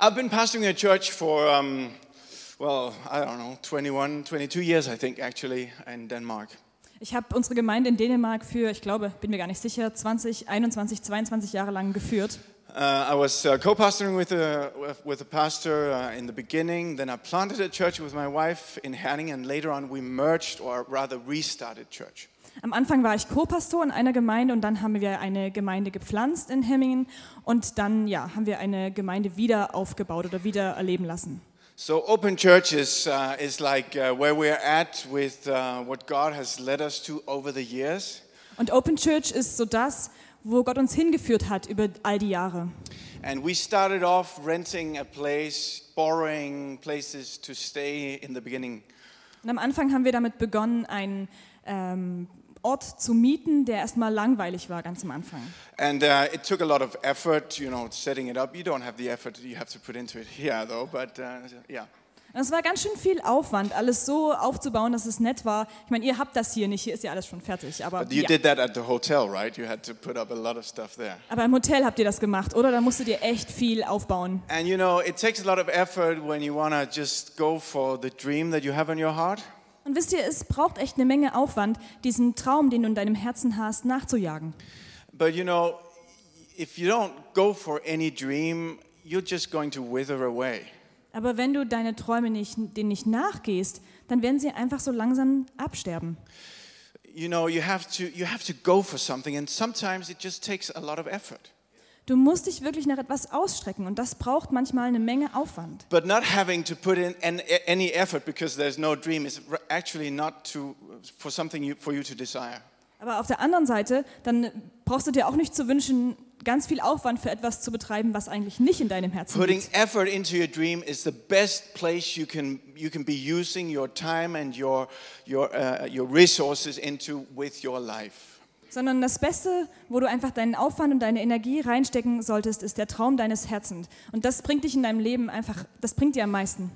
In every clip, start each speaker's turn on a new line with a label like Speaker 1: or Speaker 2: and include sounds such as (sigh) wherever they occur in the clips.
Speaker 1: I've been pastoring a church for, um, well, I don't know, 21, 22 years, I think, actually, in Denmark.
Speaker 2: Ich habe unsere Gemeinde in Dänemark für, ich glaube, bin mir gar nicht sicher, 20, 21, 22 Jahre lang geführt.
Speaker 1: Uh, I was uh, co-pastoring with a, with- with a pastor uh, in the beginning. Then I planted a church with my wife in Herning, and later on we merged, or rather restarted church.
Speaker 2: Am Anfang war ich Co-Pastor in einer Gemeinde und dann haben wir eine Gemeinde gepflanzt in Hemmingen und dann ja, haben wir eine Gemeinde wieder aufgebaut oder wieder erleben lassen.
Speaker 1: So open church is, uh, is like uh, where we're at with uh, what God has led us to over the years.
Speaker 2: Und Open Church ist so das, wo Gott uns hingeführt hat über all die Jahre.
Speaker 1: And we started off renting a place, borrowing places to stay in the beginning.
Speaker 2: Und am Anfang haben wir damit begonnen, einen ähm, Ort zu mieten, der erstmal langweilig war, ganz am Anfang.
Speaker 1: And uh, it took a lot of effort, you know, setting it up. You don't have the effort you have to put into it (laughs) here, though, but uh, yeah.
Speaker 2: Und es war ganz schön viel Aufwand, alles so aufzubauen, dass es nett war. Ich meine, ihr habt das hier nicht, hier ist ja alles schon fertig. Aber,
Speaker 1: But you
Speaker 2: ja.
Speaker 1: did that at the hotel, right? You had to put up a lot of stuff there.
Speaker 2: aber im Hotel habt ihr das gemacht, oder? Da musstet ihr echt viel aufbauen.
Speaker 1: And you know, it takes a lot of effort when you want to just go for the dream that you have in your heart.
Speaker 2: Und wisst ihr, es braucht echt eine Menge Aufwand, diesen Traum, den du in deinem Herzen hast, nachzujagen.
Speaker 1: But you know, if you don't go for any dream, you're just going to wither away.
Speaker 2: Aber wenn du deine Träume nicht, denen nicht nachgehst, dann werden sie einfach so langsam absterben.
Speaker 1: You know, you have to you have to go for something and sometimes it just takes a lot of effort.
Speaker 2: Du musst dich wirklich nach etwas ausstrecken und das braucht manchmal eine Menge Aufwand.
Speaker 1: But not having to put in an, any effort because there's no dream is r- actually not to for something you, for you to desire.
Speaker 2: Aber auf der anderen Seite, dann brauchst du dir auch nicht zu wünschen, ganz viel Aufwand für etwas zu betreiben, was eigentlich nicht in deinem Herzen
Speaker 1: Putting
Speaker 2: liegt.
Speaker 1: effort into your dream is the best place you can you can be using your time and your your uh, your resources into with your life.
Speaker 2: Sondern das Beste, wo du einfach deinen Aufwand und deine Energie reinstecken solltest, ist der Traum deines Herzens. Und das bringt dich in deinem Leben einfach, das bringt dir am meisten.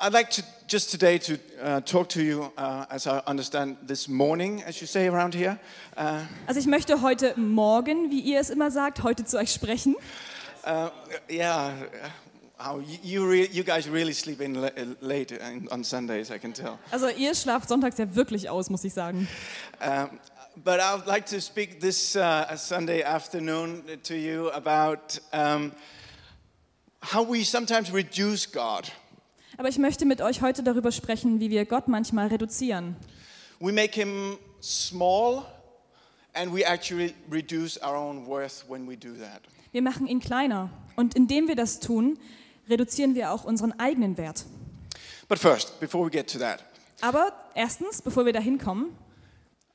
Speaker 1: I'd like to just today to uh, talk to you, uh, as I understand this morning, as you say around here, uh,
Speaker 2: Also ich möchte heute Morgen, wie ihr es immer sagt, heute zu euch sprechen.
Speaker 1: Uh, yeah, uh, how you you, re- you guys really sleep in la- uh, late and on Sundays, I can tell.
Speaker 2: Also ihr schlaft sonntags ja wirklich aus, muss ich sagen.
Speaker 1: Um, but I would like to speak this uh, Sunday afternoon to you about um, how we sometimes reduce God.
Speaker 2: Aber ich möchte mit euch heute darüber sprechen, wie wir Gott manchmal reduzieren.
Speaker 1: We make Him small, and we actually reduce our own worth when we do that.
Speaker 2: Wir machen ihn kleiner. Und indem wir das tun, reduzieren wir auch unseren eigenen Wert.
Speaker 1: But first, before we get to that,
Speaker 2: Aber erstens, bevor wir dahin kommen,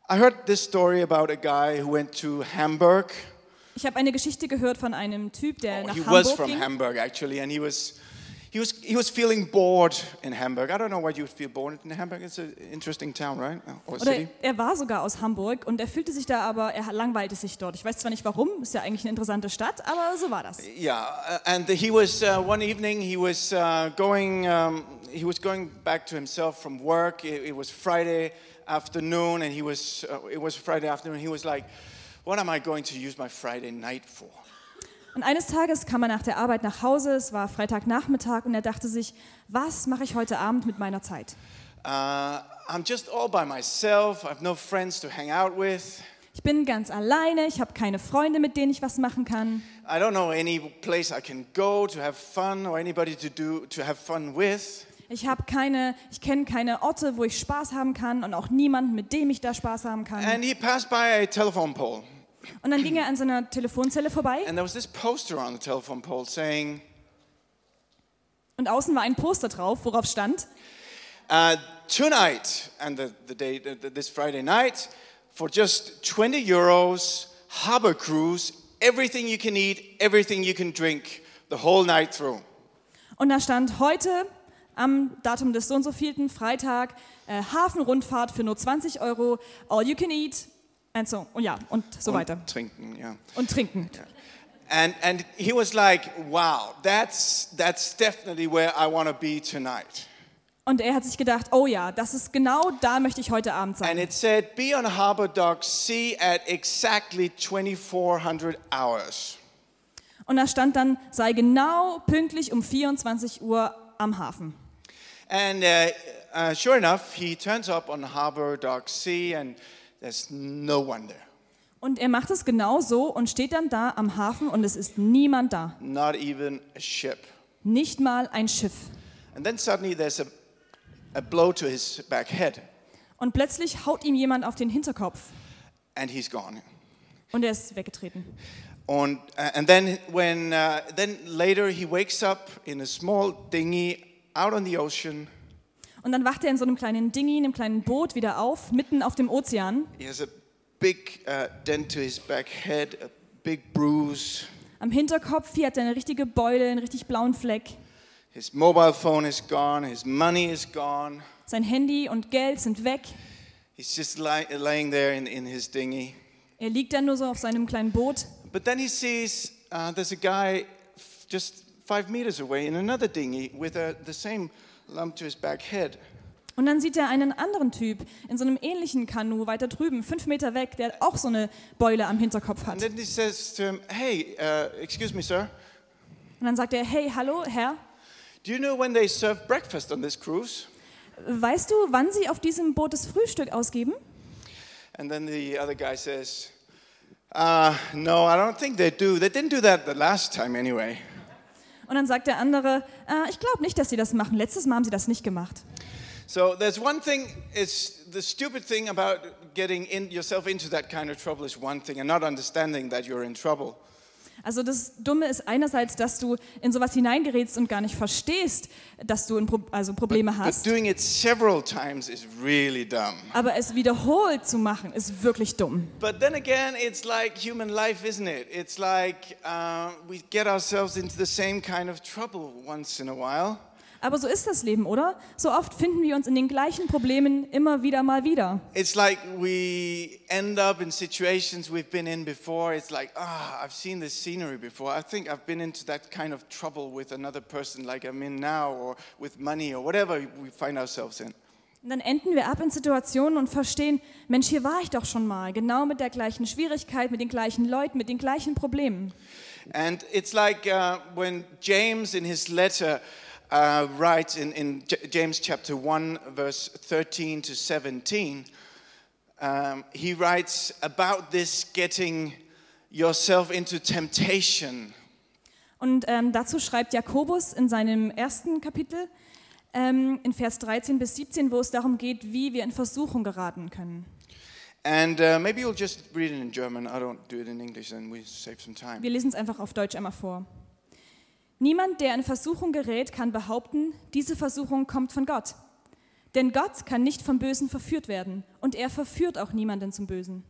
Speaker 1: I heard this story about a guy who went to Hamburg.
Speaker 2: ich habe eine Geschichte gehört von einem Typ, der nach
Speaker 1: Oh, he was
Speaker 2: Hamburg
Speaker 1: from
Speaker 2: ging.
Speaker 1: Hamburg actually, and he was, he was, he was feeling bored in Hamburg. I don't know why you would feel bored in Hamburg. It's an interesting town, right? Or
Speaker 2: Oder
Speaker 1: city.
Speaker 2: er war sogar aus Hamburg und er fühlte sich da aber, er langweilte sich dort. Ich weiß zwar nicht warum, ist ja eigentlich eine interessante Stadt, aber so war das.
Speaker 1: Yeah, uh, and he was uh, one evening. He was uh, going. Um, he was going back to himself from work. It, it was Friday afternoon, and he was. Uh, it was Friday afternoon. He was like, "What am I going to use my Friday night for?"
Speaker 2: Und eines Tages kam er nach der Arbeit nach Hause, es war Freitagnachmittag und er dachte sich, was mache ich heute Abend mit meiner Zeit?
Speaker 1: Uh, I'm just all by myself. I've no friends to hang out with.
Speaker 2: Ich bin ganz alleine, ich habe keine Freunde, mit denen ich was machen kann.
Speaker 1: I don't know any place I can go to have fun or anybody to do to have fun with.
Speaker 2: Ich habe keine, ich kenne keine Orte, wo ich Spaß haben kann und auch niemanden, mit dem ich da Spaß haben kann.
Speaker 1: And he passed by a telephone pole,
Speaker 2: Und dann ging er an seiner Telefonzelle vorbei
Speaker 1: and there was this poster on the telephone pole saying,
Speaker 2: und außen war ein Poster drauf, worauf stand,
Speaker 1: uh, "Tonight and the, the day the, the- this Friday night, for just 20 euros, harbor cruise, everything you can eat, everything you can drink, the whole night through."
Speaker 2: und da stand heute am Datum des so und so vielten Freitag äh, Hafenrundfahrt für nur 20 Euro, all you can eat und so und ja und so weiter
Speaker 1: Und Trinken, yeah.
Speaker 2: und trinken.
Speaker 1: And and he was like, "Wow, that's that's definitely where I want to be tonight."
Speaker 2: Und er hat sich gedacht, oh ja, das ist genau da möchte ich heute Abend sein.
Speaker 1: And it said, be on harbor dock C at exactly 2400 hours.
Speaker 2: Und da stand dann, sei genau pünktlich um 24 Uhr am Hafen.
Speaker 1: And uh, uh, sure enough, he turns up on harbor dock C, and there's no one there.
Speaker 2: Und er macht es genau so und steht dann da am Hafen und es ist niemand da.
Speaker 1: Not even a ship.
Speaker 2: Nicht mal ein Schiff.
Speaker 1: And then suddenly there's a, a blow to his back head,
Speaker 2: Und plötzlich haut ihm jemand auf den Hinterkopf
Speaker 1: and he's gone.
Speaker 2: und er ist weggetreten.
Speaker 1: On, uh, and then, when, uh, then later he wakes up in a small dinghy out on the ocean.
Speaker 2: Und dann wacht er in so einem kleinen Dingi, in einem kleinen Boot wieder auf, mitten auf dem Ozean.
Speaker 1: He has a big uh, dent to his back head, a big bruise.
Speaker 2: Am Hinterkopf, hier hat er eine richtige Beule, einen richtig blauen Fleck.
Speaker 1: His mobile phone is gone. His money is gone.
Speaker 2: Sein Handy und Geld sind weg.
Speaker 1: He's just li- laying there in, in his dinghy.
Speaker 2: Er liegt dann nur so auf seinem kleinen Boot.
Speaker 1: But then he sees uh, there's a guy f- just five meters away in another dinghy with a, the same lump to his back head.
Speaker 2: Und dann sieht er einen anderen Typ in so einem ähnlichen Kanu weiter drüben, fünf Meter weg, der auch so eine Beule am Hinterkopf
Speaker 1: And
Speaker 2: hat.
Speaker 1: then he says to him, Hey, uh, excuse me, sir.
Speaker 2: Und dann sagt er, hey, hallo, Herr,
Speaker 1: Do you know when they serve breakfast on this cruise?
Speaker 2: weißt du, wann Sie auf diesem Boot das Frühstück ausgeben?
Speaker 1: And then the other guy says, uh, No, I don't think they do. They didn't do that the last time anyway.
Speaker 2: Und dann sagt der andere, äh, ich glaube nicht, dass Sie das machen. Letztes Mal haben Sie das nicht gemacht.
Speaker 1: So there's one thing, it's the stupid thing about getting in, yourself into that kind of trouble is one thing, and not understanding that you're in trouble.
Speaker 2: Also das Dumme ist einerseits, dass du in sowas hineingerätst und gar nicht verstehst, dass du ein Pro also Probleme
Speaker 1: But
Speaker 2: hast.
Speaker 1: doing it several times is really dumb.
Speaker 2: Aber es wiederholt zu machen, ist wirklich dumm.
Speaker 1: But then again, it's like human life, isn't it? It's like uh, we get ourselves into the same kind of trouble once in a while.
Speaker 2: Aber so ist das Leben, oder? So oft finden wir uns in den gleichen Problemen immer wieder mal wieder.
Speaker 1: It's like we end up in situations we've been in before. It's like, ah, I've seen this scenery before. I think I've been into that kind of trouble with another person like I'm in now, or with money, or whatever we find ourselves in.
Speaker 2: Und dann enden wir ab in Situationen und verstehen, Mensch, hier war ich doch schon mal, genau mit der gleichen Schwierigkeit, mit den gleichen Leuten, mit den gleichen Problemen.
Speaker 1: And it's like uh, when James in his letter uh, writes in, in J- James chapter 1, verse 13 to 17, um, he writes about this getting yourself into temptation.
Speaker 2: Und ähm, dazu schreibt Jakobus in seinem ersten Kapitel ähm, in Vers 13 bis 17, wo es darum geht, wie wir in Versuchung geraten können.
Speaker 1: And uh, maybe you'll just read it in German. I don't do it in English, and we save some time.
Speaker 2: Wir lesen es einfach auf Deutsch einmal vor. Niemand, der in Versuchung gerät, kann behaupten, diese Versuchung kommt von Gott. Denn Gott kann nicht vom Bösen verführt werden und er verführt auch niemanden zum Bösen.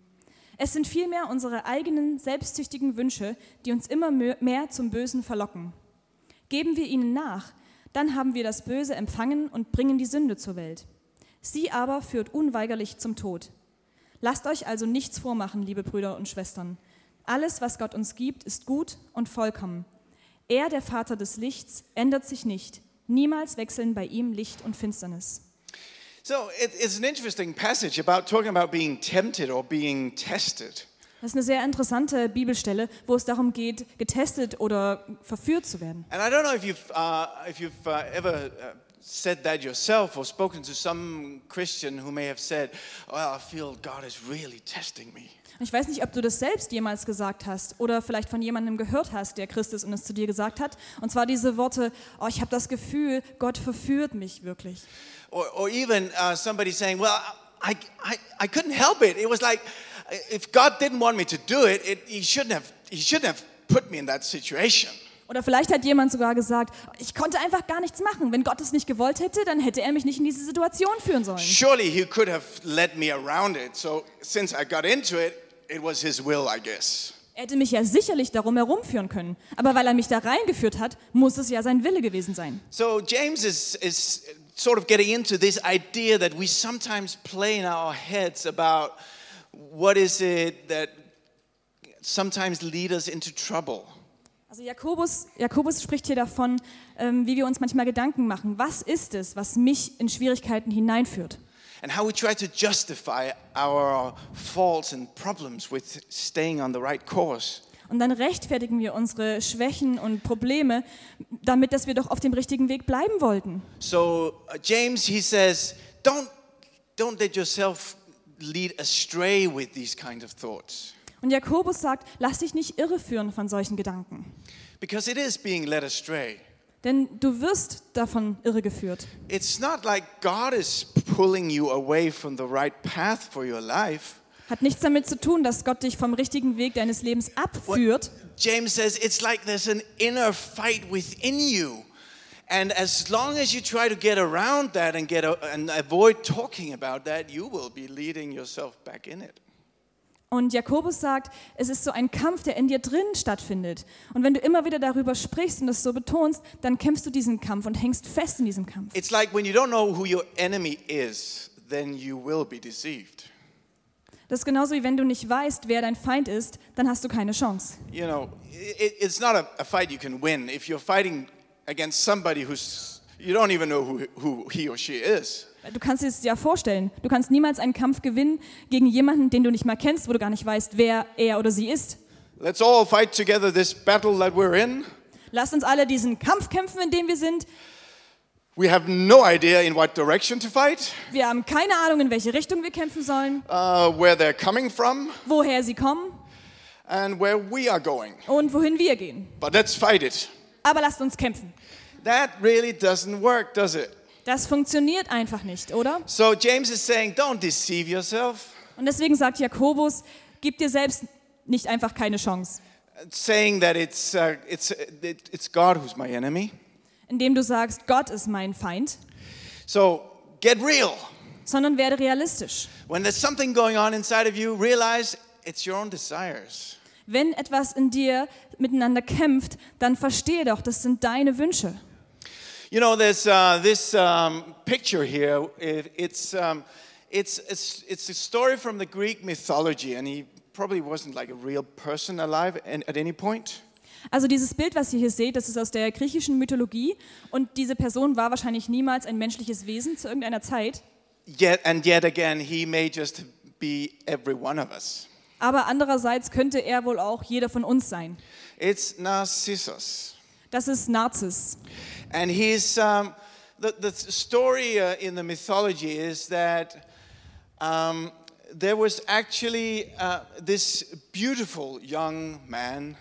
Speaker 2: Es sind vielmehr unsere eigenen selbstsüchtigen Wünsche, die uns immer mö- mehr zum Bösen verlocken. Geben wir ihnen nach, dann haben wir das Böse empfangen und bringen die Sünde zur Welt. Sie aber führt unweigerlich zum Tod. Lasst euch also nichts vormachen, liebe Brüder und Schwestern. Alles, was Gott uns gibt, ist gut und vollkommen. Er, der Vater des Lichts, ändert sich nicht. Niemals wechseln bei ihm Licht und Finsternis.
Speaker 1: So it, it's an interesting passage about talking about being tempted or being tested.
Speaker 2: Das ist eine sehr interessante Bibelstelle, wo es darum geht, getestet oder verführt zu werden.
Speaker 1: And I don't know if you've, uh, if you've uh, ever uh, said that yourself or spoken to some Christian who may have said, Well, I feel God is really testing me.
Speaker 2: Ich weiß nicht, ob du das selbst jemals gesagt hast oder vielleicht von jemandem gehört hast, der Christ ist und es zu dir gesagt hat. Und zwar diese Worte, oh, ich habe das Gefühl, Gott verführt mich wirklich.
Speaker 1: Or, or even uh, somebody saying, Well, I, I, I couldn't help it. It was like, if God didn't want me to do it, it he, shouldn't have, he shouldn't have put me in that situation.
Speaker 2: Oder vielleicht hat jemand sogar gesagt, ich konnte einfach gar nichts machen. Wenn Gott es nicht gewollt hätte, dann hätte er mich nicht in diese Situation führen sollen.
Speaker 1: Surely he could have led me around it. So since I got into it, it was his will, I guess.
Speaker 2: Er hätte mich ja sicherlich darum herumführen können. Aber weil er mich da reingeführt hat, muss es ja sein Wille gewesen sein.
Speaker 1: So James is, is sort of getting into this idea that we sometimes play in our heads about what is it that sometimes lead us into trouble.
Speaker 2: Also Jakobus, Jakobus spricht hier davon, ähm, wie wir uns manchmal Gedanken machen. Was ist es, was mich in Schwierigkeiten hineinführt?
Speaker 1: And how we try to justify our faults and problems with staying on the right course.
Speaker 2: Und Und dann rechtfertigen wir unsere Schwächen und Probleme damit, dass wir doch auf dem richtigen Weg bleiben wollten.
Speaker 1: So uh, James he says, don't don't let yourself lead astray with these kind of thoughts
Speaker 2: Und Jakobus sagt, lass dich nicht irreführen von solchen Gedanken.
Speaker 1: because it is being led astray.
Speaker 2: Denn du wirst davon irregeführt.
Speaker 1: It's not like God is pulling you away from the right path for your life.
Speaker 2: Hat nichts damit zu tun, dass Gott dich vom richtigen Weg deines Lebens
Speaker 1: What
Speaker 2: abführt.
Speaker 1: James says it's like there's an inner fight within you. And as long as you try to get around that and get a, and avoid talking about that, you will be leading yourself back in it.
Speaker 2: Und Jakobus sagt, es ist so ein Kampf, der in dir drin stattfindet. Und wenn du immer wieder darüber sprichst und das so betonst, dann kämpfst du diesen Kampf und hängst fest in diesem Kampf.
Speaker 1: It's like when you don't know who your enemy is, then you will be deceived.
Speaker 2: Das ist genauso wie wenn du nicht weißt, wer dein Feind ist, dann hast du keine Chance.
Speaker 1: You know, it, it's not a, a fight you can win. If you're fighting against somebody who's you don't even know who, who he or she is.
Speaker 2: Du kannst es dir ja vorstellen. Du kannst niemals einen Kampf gewinnen gegen jemanden, den du nicht mal kennst, wo du gar nicht weißt, wer er oder sie ist.
Speaker 1: Let's all fight together this battle that we're in.
Speaker 2: Lasst uns alle diesen Kampf kämpfen, in dem wir sind.
Speaker 1: We have no idea in what direction to fight,
Speaker 2: Wir haben keine Ahnung, in welche Richtung wir kämpfen sollen,
Speaker 1: uh, where they're coming from,
Speaker 2: woher sie kommen
Speaker 1: and where we are going.
Speaker 2: und wohin wir gehen.
Speaker 1: But let's fight it.
Speaker 2: Aber lasst uns kämpfen.
Speaker 1: That really doesn't work, does it?
Speaker 2: Das funktioniert einfach nicht, oder?
Speaker 1: So James is saying, don't deceive yourself,
Speaker 2: Und deswegen sagt Jakobus, gib dir selbst nicht einfach keine Chance,
Speaker 1: saying that it's, uh, it's, it, it's God who's my enemy.
Speaker 2: indem du sagst, Gott ist mein Feind,
Speaker 1: So get real.
Speaker 2: sondern werde realistisch.
Speaker 1: When there's something going on inside of you, realize it's your own desires.
Speaker 2: Wenn etwas in dir miteinander kämpft, dann verstehe doch, das sind deine Wünsche.
Speaker 1: You know, there's uh, this um, picture here. It, it's, um, it's, it's, it's a story from the Greek mythology, and he probably wasn't like a real person alive an- at any point.
Speaker 2: Also dieses Bild, was ihr hier seht, das ist aus der griechischen Mythologie und diese Person war wahrscheinlich niemals ein menschliches Wesen zu irgendeiner Zeit.
Speaker 1: Yet, and yet again, he may just be every one of us.
Speaker 2: Aber andererseits könnte er wohl auch jeder von uns sein.
Speaker 1: It's Narcissus.
Speaker 2: Das ist Narzis.
Speaker 1: And he's, um, the, the story uh, in the mythology is that um, there was actually uh, this beautiful young man.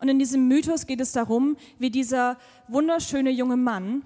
Speaker 2: Und in diesem Mythos geht es darum, wie dieser wunderschöne junge Mann,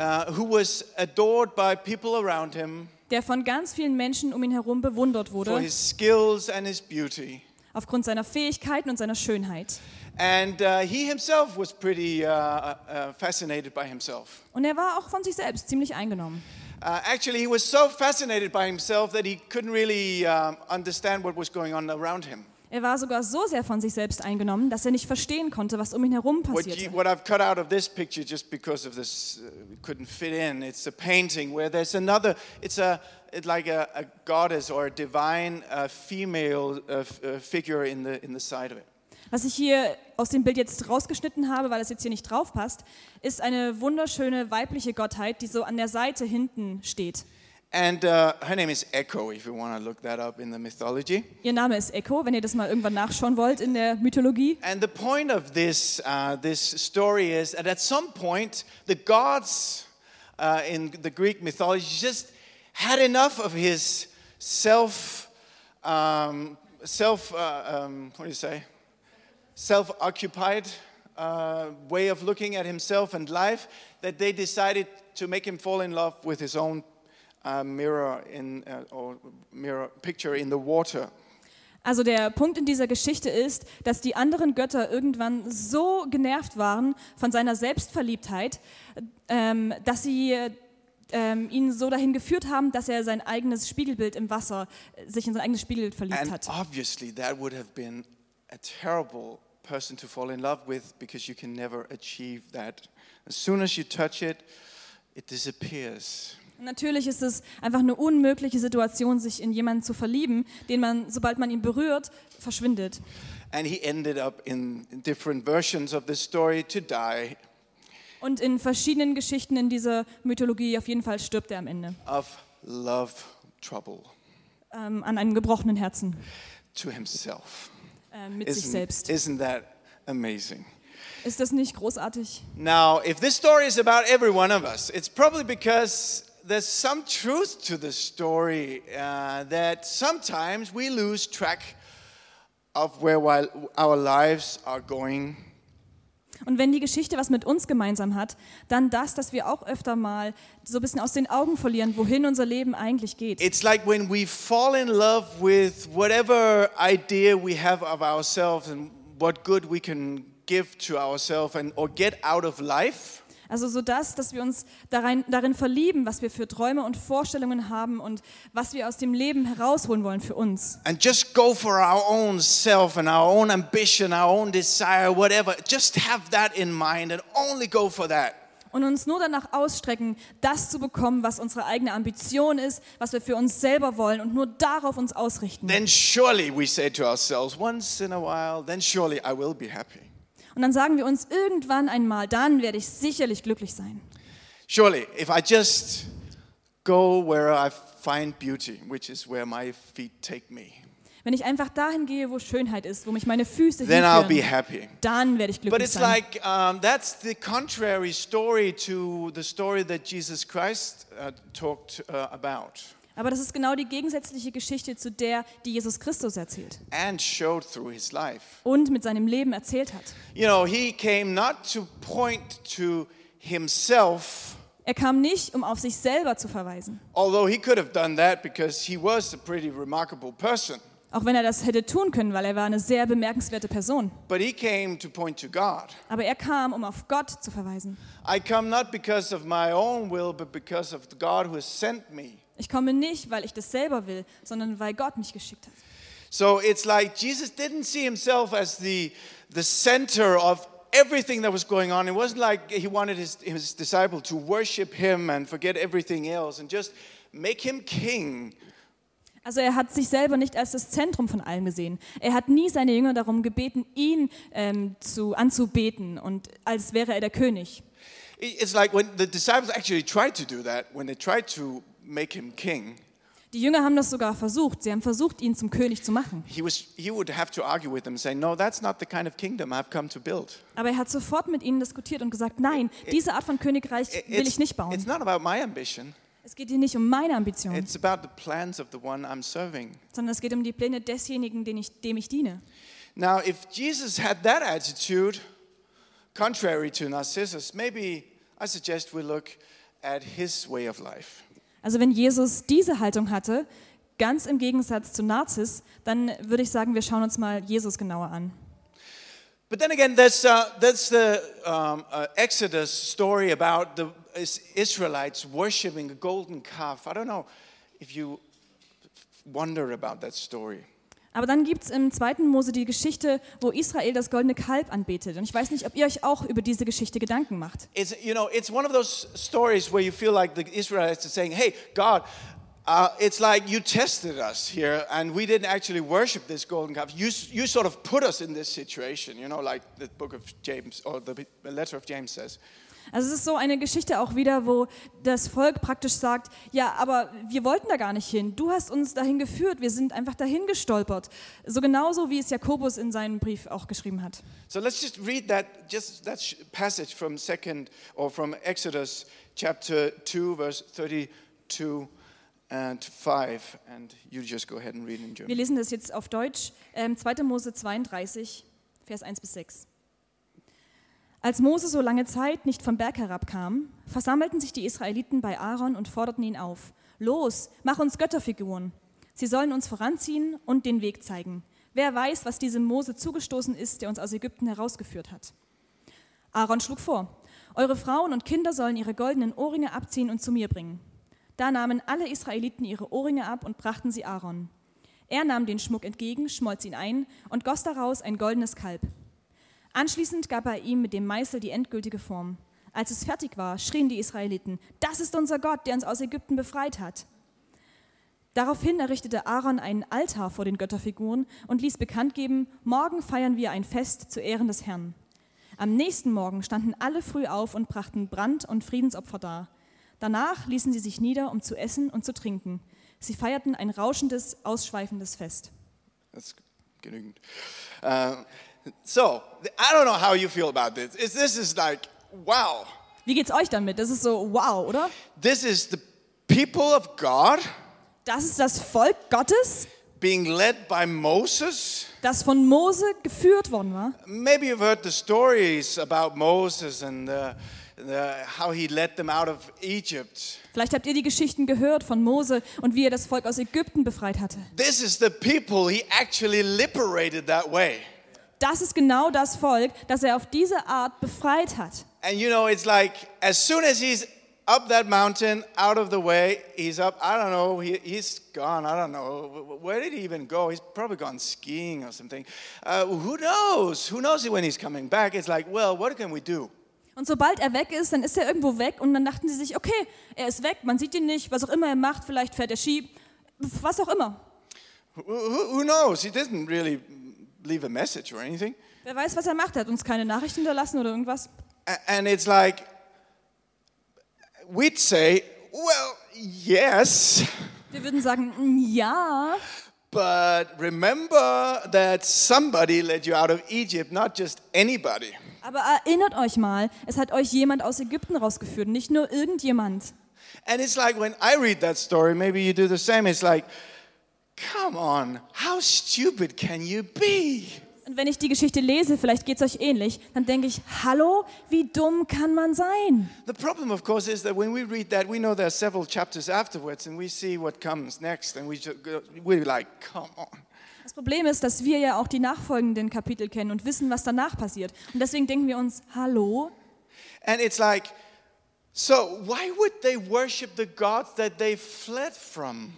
Speaker 1: uh, who was adored by people around him
Speaker 2: der von ganz vielen Menschen um ihn herum bewundert
Speaker 1: for
Speaker 2: wurde,
Speaker 1: his skills and his beauty.
Speaker 2: aufgrund seiner Fähigkeiten und seiner Schönheit.
Speaker 1: And uh, he himself was pretty uh, uh, fascinated by himself.
Speaker 2: Und er war auch von sich selbst ziemlich eingenommen.
Speaker 1: Uh, actually, he was so fascinated by himself that he couldn't really um, understand what was going on around him.
Speaker 2: Er war sogar so sehr von sich selbst eingenommen, dass er nicht verstehen konnte, was um ihn herum
Speaker 1: What, you,
Speaker 2: passierte.
Speaker 1: what I've cut out of this picture, just because of this, uh, couldn't fit in. It's a painting where there's another. It's a it's like a, a goddess or a divine uh, female uh, f- uh, figure in the in the side of it.
Speaker 2: Was ich hier aus dem Bild jetzt rausgeschnitten habe, weil das jetzt hier nicht drauf passt, ist eine wunderschöne weibliche Gottheit, die so an der Seite hinten steht.
Speaker 1: And uh, her name is Echo, if you want to look that up in the mythology.
Speaker 2: Ihr Name ist Echo, wenn ihr das mal irgendwann nachschauen wollt in der Mythologie.
Speaker 1: And the point of this, uh, this story is that at some point, the gods uh, in the Greek mythology just had enough of his self, um, self uh, um, what do you say? Self occupied uh, way of looking at himself and life that they decided to make him fall in love with his own. Uh, mirror in uh, or mirror picture in the water
Speaker 2: Also der Punkt in dieser Geschichte ist, dass die anderen Götter irgendwann so genervt waren von seiner Selbstverliebtheit, ähm, dass sie ähm, ihn so dahin geführt haben, dass er sein eigenes Spiegelbild im Wasser, äh, sich in sein eigenes Spiegelbild verliebt
Speaker 1: And
Speaker 2: hat.
Speaker 1: obviously, that would have been a terrible person to fall in love with because you can never achieve that. As soon as you touch it, it disappears.
Speaker 2: Und Natürlich ist es einfach eine unmögliche Situation, sich in jemanden zu verlieben, den man, sobald man ihn berührt, verschwindet.
Speaker 1: And he ended up in different versions of this story to die
Speaker 2: Und in verschiedenen Geschichten in dieser Mythologie auf jeden Fall stirbt er am Ende
Speaker 1: of love trouble
Speaker 2: ähm, an einem gebrochenen Herzen
Speaker 1: to himself.
Speaker 2: äh, mit sich
Speaker 1: Isn't,
Speaker 2: selbst.
Speaker 1: isn't that amazing?
Speaker 2: Ist das nicht großartig?
Speaker 1: Now, if this story is about every one of us, it's probably because there's some truth to this story uh, that sometimes we lose track of where wi- our lives are going.
Speaker 2: Und wenn die Geschichte was mit uns gemeinsam hat, dann das, dass wir auch öfter mal so ein bisschen aus den Augen verlieren, wohin unser Leben eigentlich geht.
Speaker 1: It's like when we fall in love with whatever idea we have of ourselves and what good we can give to ourselves and or get out of life.
Speaker 2: Also so das, dass wir uns darin, darin verlieben, was wir für Träume und Vorstellungen haben und was wir aus dem Leben herausholen wollen für uns.
Speaker 1: and just go for our own self and our own ambition, our own desire, whatever. Just have that in mind and only go for that.
Speaker 2: Und uns nur danach ausstrecken, das zu bekommen, was unsere eigene Ambition ist, was wir für uns selber wollen und nur darauf uns ausrichten.
Speaker 1: Then surely we say to ourselves, once in a while, then surely I will be happy.
Speaker 2: Und dann sagen wir uns irgendwann einmal, dann werde ich sicherlich glücklich sein.
Speaker 1: Surely, if I just go where I find beauty, which is where my feet take me,
Speaker 2: Wenn ich einfach dahin gehe, wo Schönheit ist, wo mich meine Füße
Speaker 1: then I'll be
Speaker 2: hinführen,
Speaker 1: happy.
Speaker 2: dann werde ich
Speaker 1: But
Speaker 2: glücklich
Speaker 1: it's
Speaker 2: sein.
Speaker 1: like um, that's the contrary story to the story that Jesus Christ uh, talked uh, about
Speaker 2: Aber das ist genau die gegensätzliche Geschichte zu der, die Jesus Christus erzählt
Speaker 1: and showed through his life.
Speaker 2: und mit seinem Leben erzählt hat.
Speaker 1: You know, he came not to point to himself,
Speaker 2: Er kam nicht, um auf sich selber zu verweisen,
Speaker 1: although he could have done that because he was a pretty remarkable person,
Speaker 2: auch wenn er das hätte tun können, weil er war eine sehr bemerkenswerte Person.
Speaker 1: but he came to point to God.
Speaker 2: Aber er kam, um auf Gott zu verweisen.
Speaker 1: I come not because of my own will, but because of the God who has sent me.
Speaker 2: Ich komme nicht, weil ich das selber will, sondern weil Gott mich geschickt hat.
Speaker 1: So it's like Jesus didn't see himself as the, the center of everything that was going on. It wasn't like he wanted his, his disciple to worship him and forget everything else and just make him king.
Speaker 2: Also er hat sich selber nicht als das Zentrum von allem gesehen. Er hat nie seine Jünger darum gebeten, ihn ähm, zu, anzubeten und als wäre er der König.
Speaker 1: It's like when the disciples actually tried to do that, when they tried to make him king,
Speaker 2: Die Jünger haben das sogar versucht. Sie haben versucht, ihn zum König zu machen.
Speaker 1: he, was, he would have to argue with them, saying, No, that's not the kind of kingdom I've come to build.
Speaker 2: Aber er hat sofort mit ihnen diskutiert und gesagt, nein, diese Art von
Speaker 1: äh,
Speaker 2: Königreich will ich nicht
Speaker 1: it's
Speaker 2: bauen.
Speaker 1: not about my ambition,
Speaker 2: Es geht hier nicht um meine Ambitionen,
Speaker 1: it's about the plans of the one I'm serving.
Speaker 2: sondern es geht um die Pläne desjenigen, den ich, dem ich diene.
Speaker 1: Now, if Jesus had that attitude, contrary to Narcissus, maybe I suggest we look at his way of life.
Speaker 2: Also wenn Jesus diese Haltung hatte, ganz im Gegensatz zu Narzis, dann würde ich sagen, wir schauen uns mal Jesus genauer an.
Speaker 1: But then again, that's, uh, that's the um, uh, Exodus story about the Is- Israelites worshiping a golden calf. I don't know if you wonder about that story.
Speaker 2: Aber dann gibt es im 2. Mose die Geschichte, wo Israel das goldene Kalb anbetet. Und ich weiß nicht, ob ihr euch auch über diese Geschichte Gedanken macht.
Speaker 1: It's, you know, it's one of those stories where you feel like the Israelites are saying, hey, God, uh, it's like you tested us here and we didn't actually worship this golden calf. You, s- you sort of put us in this situation, you know, like the book of James or the the letter of James says.
Speaker 2: Also es ist so eine Geschichte auch wieder, wo das Volk praktisch sagt, ja, aber wir wollten da gar nicht hin. Du hast uns dahin geführt, wir sind einfach dahin gestolpert. So genauso wie es Jakobus in seinem Brief auch geschrieben hat.
Speaker 1: So let's just read that just that sh- passage from second or from Exodus chapter 2 verse 32 and 5 and you just go ahead and read in
Speaker 2: Wir
Speaker 1: German.
Speaker 2: lesen das jetzt auf Deutsch. Ähm, 2. Mose 32, Vers 1 bis 6. Als Mose so lange Zeit nicht vom Berg herabkam, versammelten sich die Israeliten bei Aaron und forderten ihn auf: Los, mach uns Götterfiguren. Sie sollen uns voranziehen und den Weg zeigen. Wer weiß, was diesem Mose zugestoßen ist, der uns aus Ägypten herausgeführt hat. Aaron schlug vor, eure Frauen und Kinder sollen ihre goldenen Ohrringe abziehen und zu mir bringen. Da nahmen alle Israeliten ihre Ohrringe ab und brachten sie Aaron. Er nahm den Schmuck entgegen, schmolz ihn ein und goss daraus ein goldenes Kalb. Anschließend gab er ihm mit dem Meißel die endgültige Form. Als es fertig war, schrien die Israeliten, das ist unser Gott, der uns aus Ägypten befreit hat. Daraufhin errichtete Aaron einen Altar vor den Götterfiguren und ließ bekannt geben, morgen feiern wir ein Fest zu Ehren des Herrn. Am nächsten Morgen standen alle früh auf und brachten Brand- und Friedensopfer dar. Danach ließen sie sich nieder, um zu essen und zu trinken. Sie feierten ein rauschendes, ausschweifendes Fest.
Speaker 1: That's genügend. Uh, So, I don't know how you feel about this. It's, this is like, wow.
Speaker 2: Wie geht's euch damit? Das ist so wow, oder?
Speaker 1: This is the people of God
Speaker 2: Das ist das Volk Gottes,
Speaker 1: being led by Moses.
Speaker 2: das von Mose geführt worden war.
Speaker 1: Maybe you've heard the stories about Moses and uh the, how he led them out of Egypt.
Speaker 2: Vielleicht habt ihr die Geschichten gehört von Mose und wie er das Volk aus Ägypten befreit hatte.
Speaker 1: This is the people he actually liberated that way.
Speaker 2: Das ist genau das Volk, das er auf diese Art befreit hat.
Speaker 1: And you know, it's like as soon as he's up that mountain, out of the way, he's up. I don't know. He, he's gone. I don't know. Wh- wh- Where did he even go? He's probably gone skiing or something. Uh, who knows? Who knows when he's coming back? It's like, well, what can we do?
Speaker 2: Und sobald er weg ist, dann ist er irgendwo weg und dann dachten sie sich, okay, er ist weg, man sieht ihn nicht, was auch immer er macht, vielleicht fährt er Ski, was auch immer.
Speaker 1: Who, who, who knows? He didn't really leave a message or anything.
Speaker 2: Wer weiß, was er macht, er hat uns keine Nachricht hinterlassen oder irgendwas.
Speaker 1: A- And it's like, we'd say, well, yes. (laughs)
Speaker 2: Wir würden sagen, mm, ja,
Speaker 1: But remember that somebody led you out of Egypt, not just anybody.
Speaker 2: aber erinnert euch mal, es hat euch jemand aus Ägypten rausgeführt, nicht nur irgendjemand.
Speaker 1: And it's like when I read that story, maybe you do the same. It's like, come on, how stupid can you be?
Speaker 2: Und wenn ich die Geschichte lese, vielleicht geht es euch ähnlich, dann denke ich, hallo, wie dumm kann man sein?
Speaker 1: The problem, of course, is that when we read that, we know there are several chapters afterwards and we see what comes next. And we just go, we're like, come on.
Speaker 2: Das Problem ist, dass wir ja auch die nachfolgenden Kapitel kennen und wissen, was danach passiert. Und deswegen denken wir uns, hallo,
Speaker 1: And it's like, so why would they worship the gods that they fled from?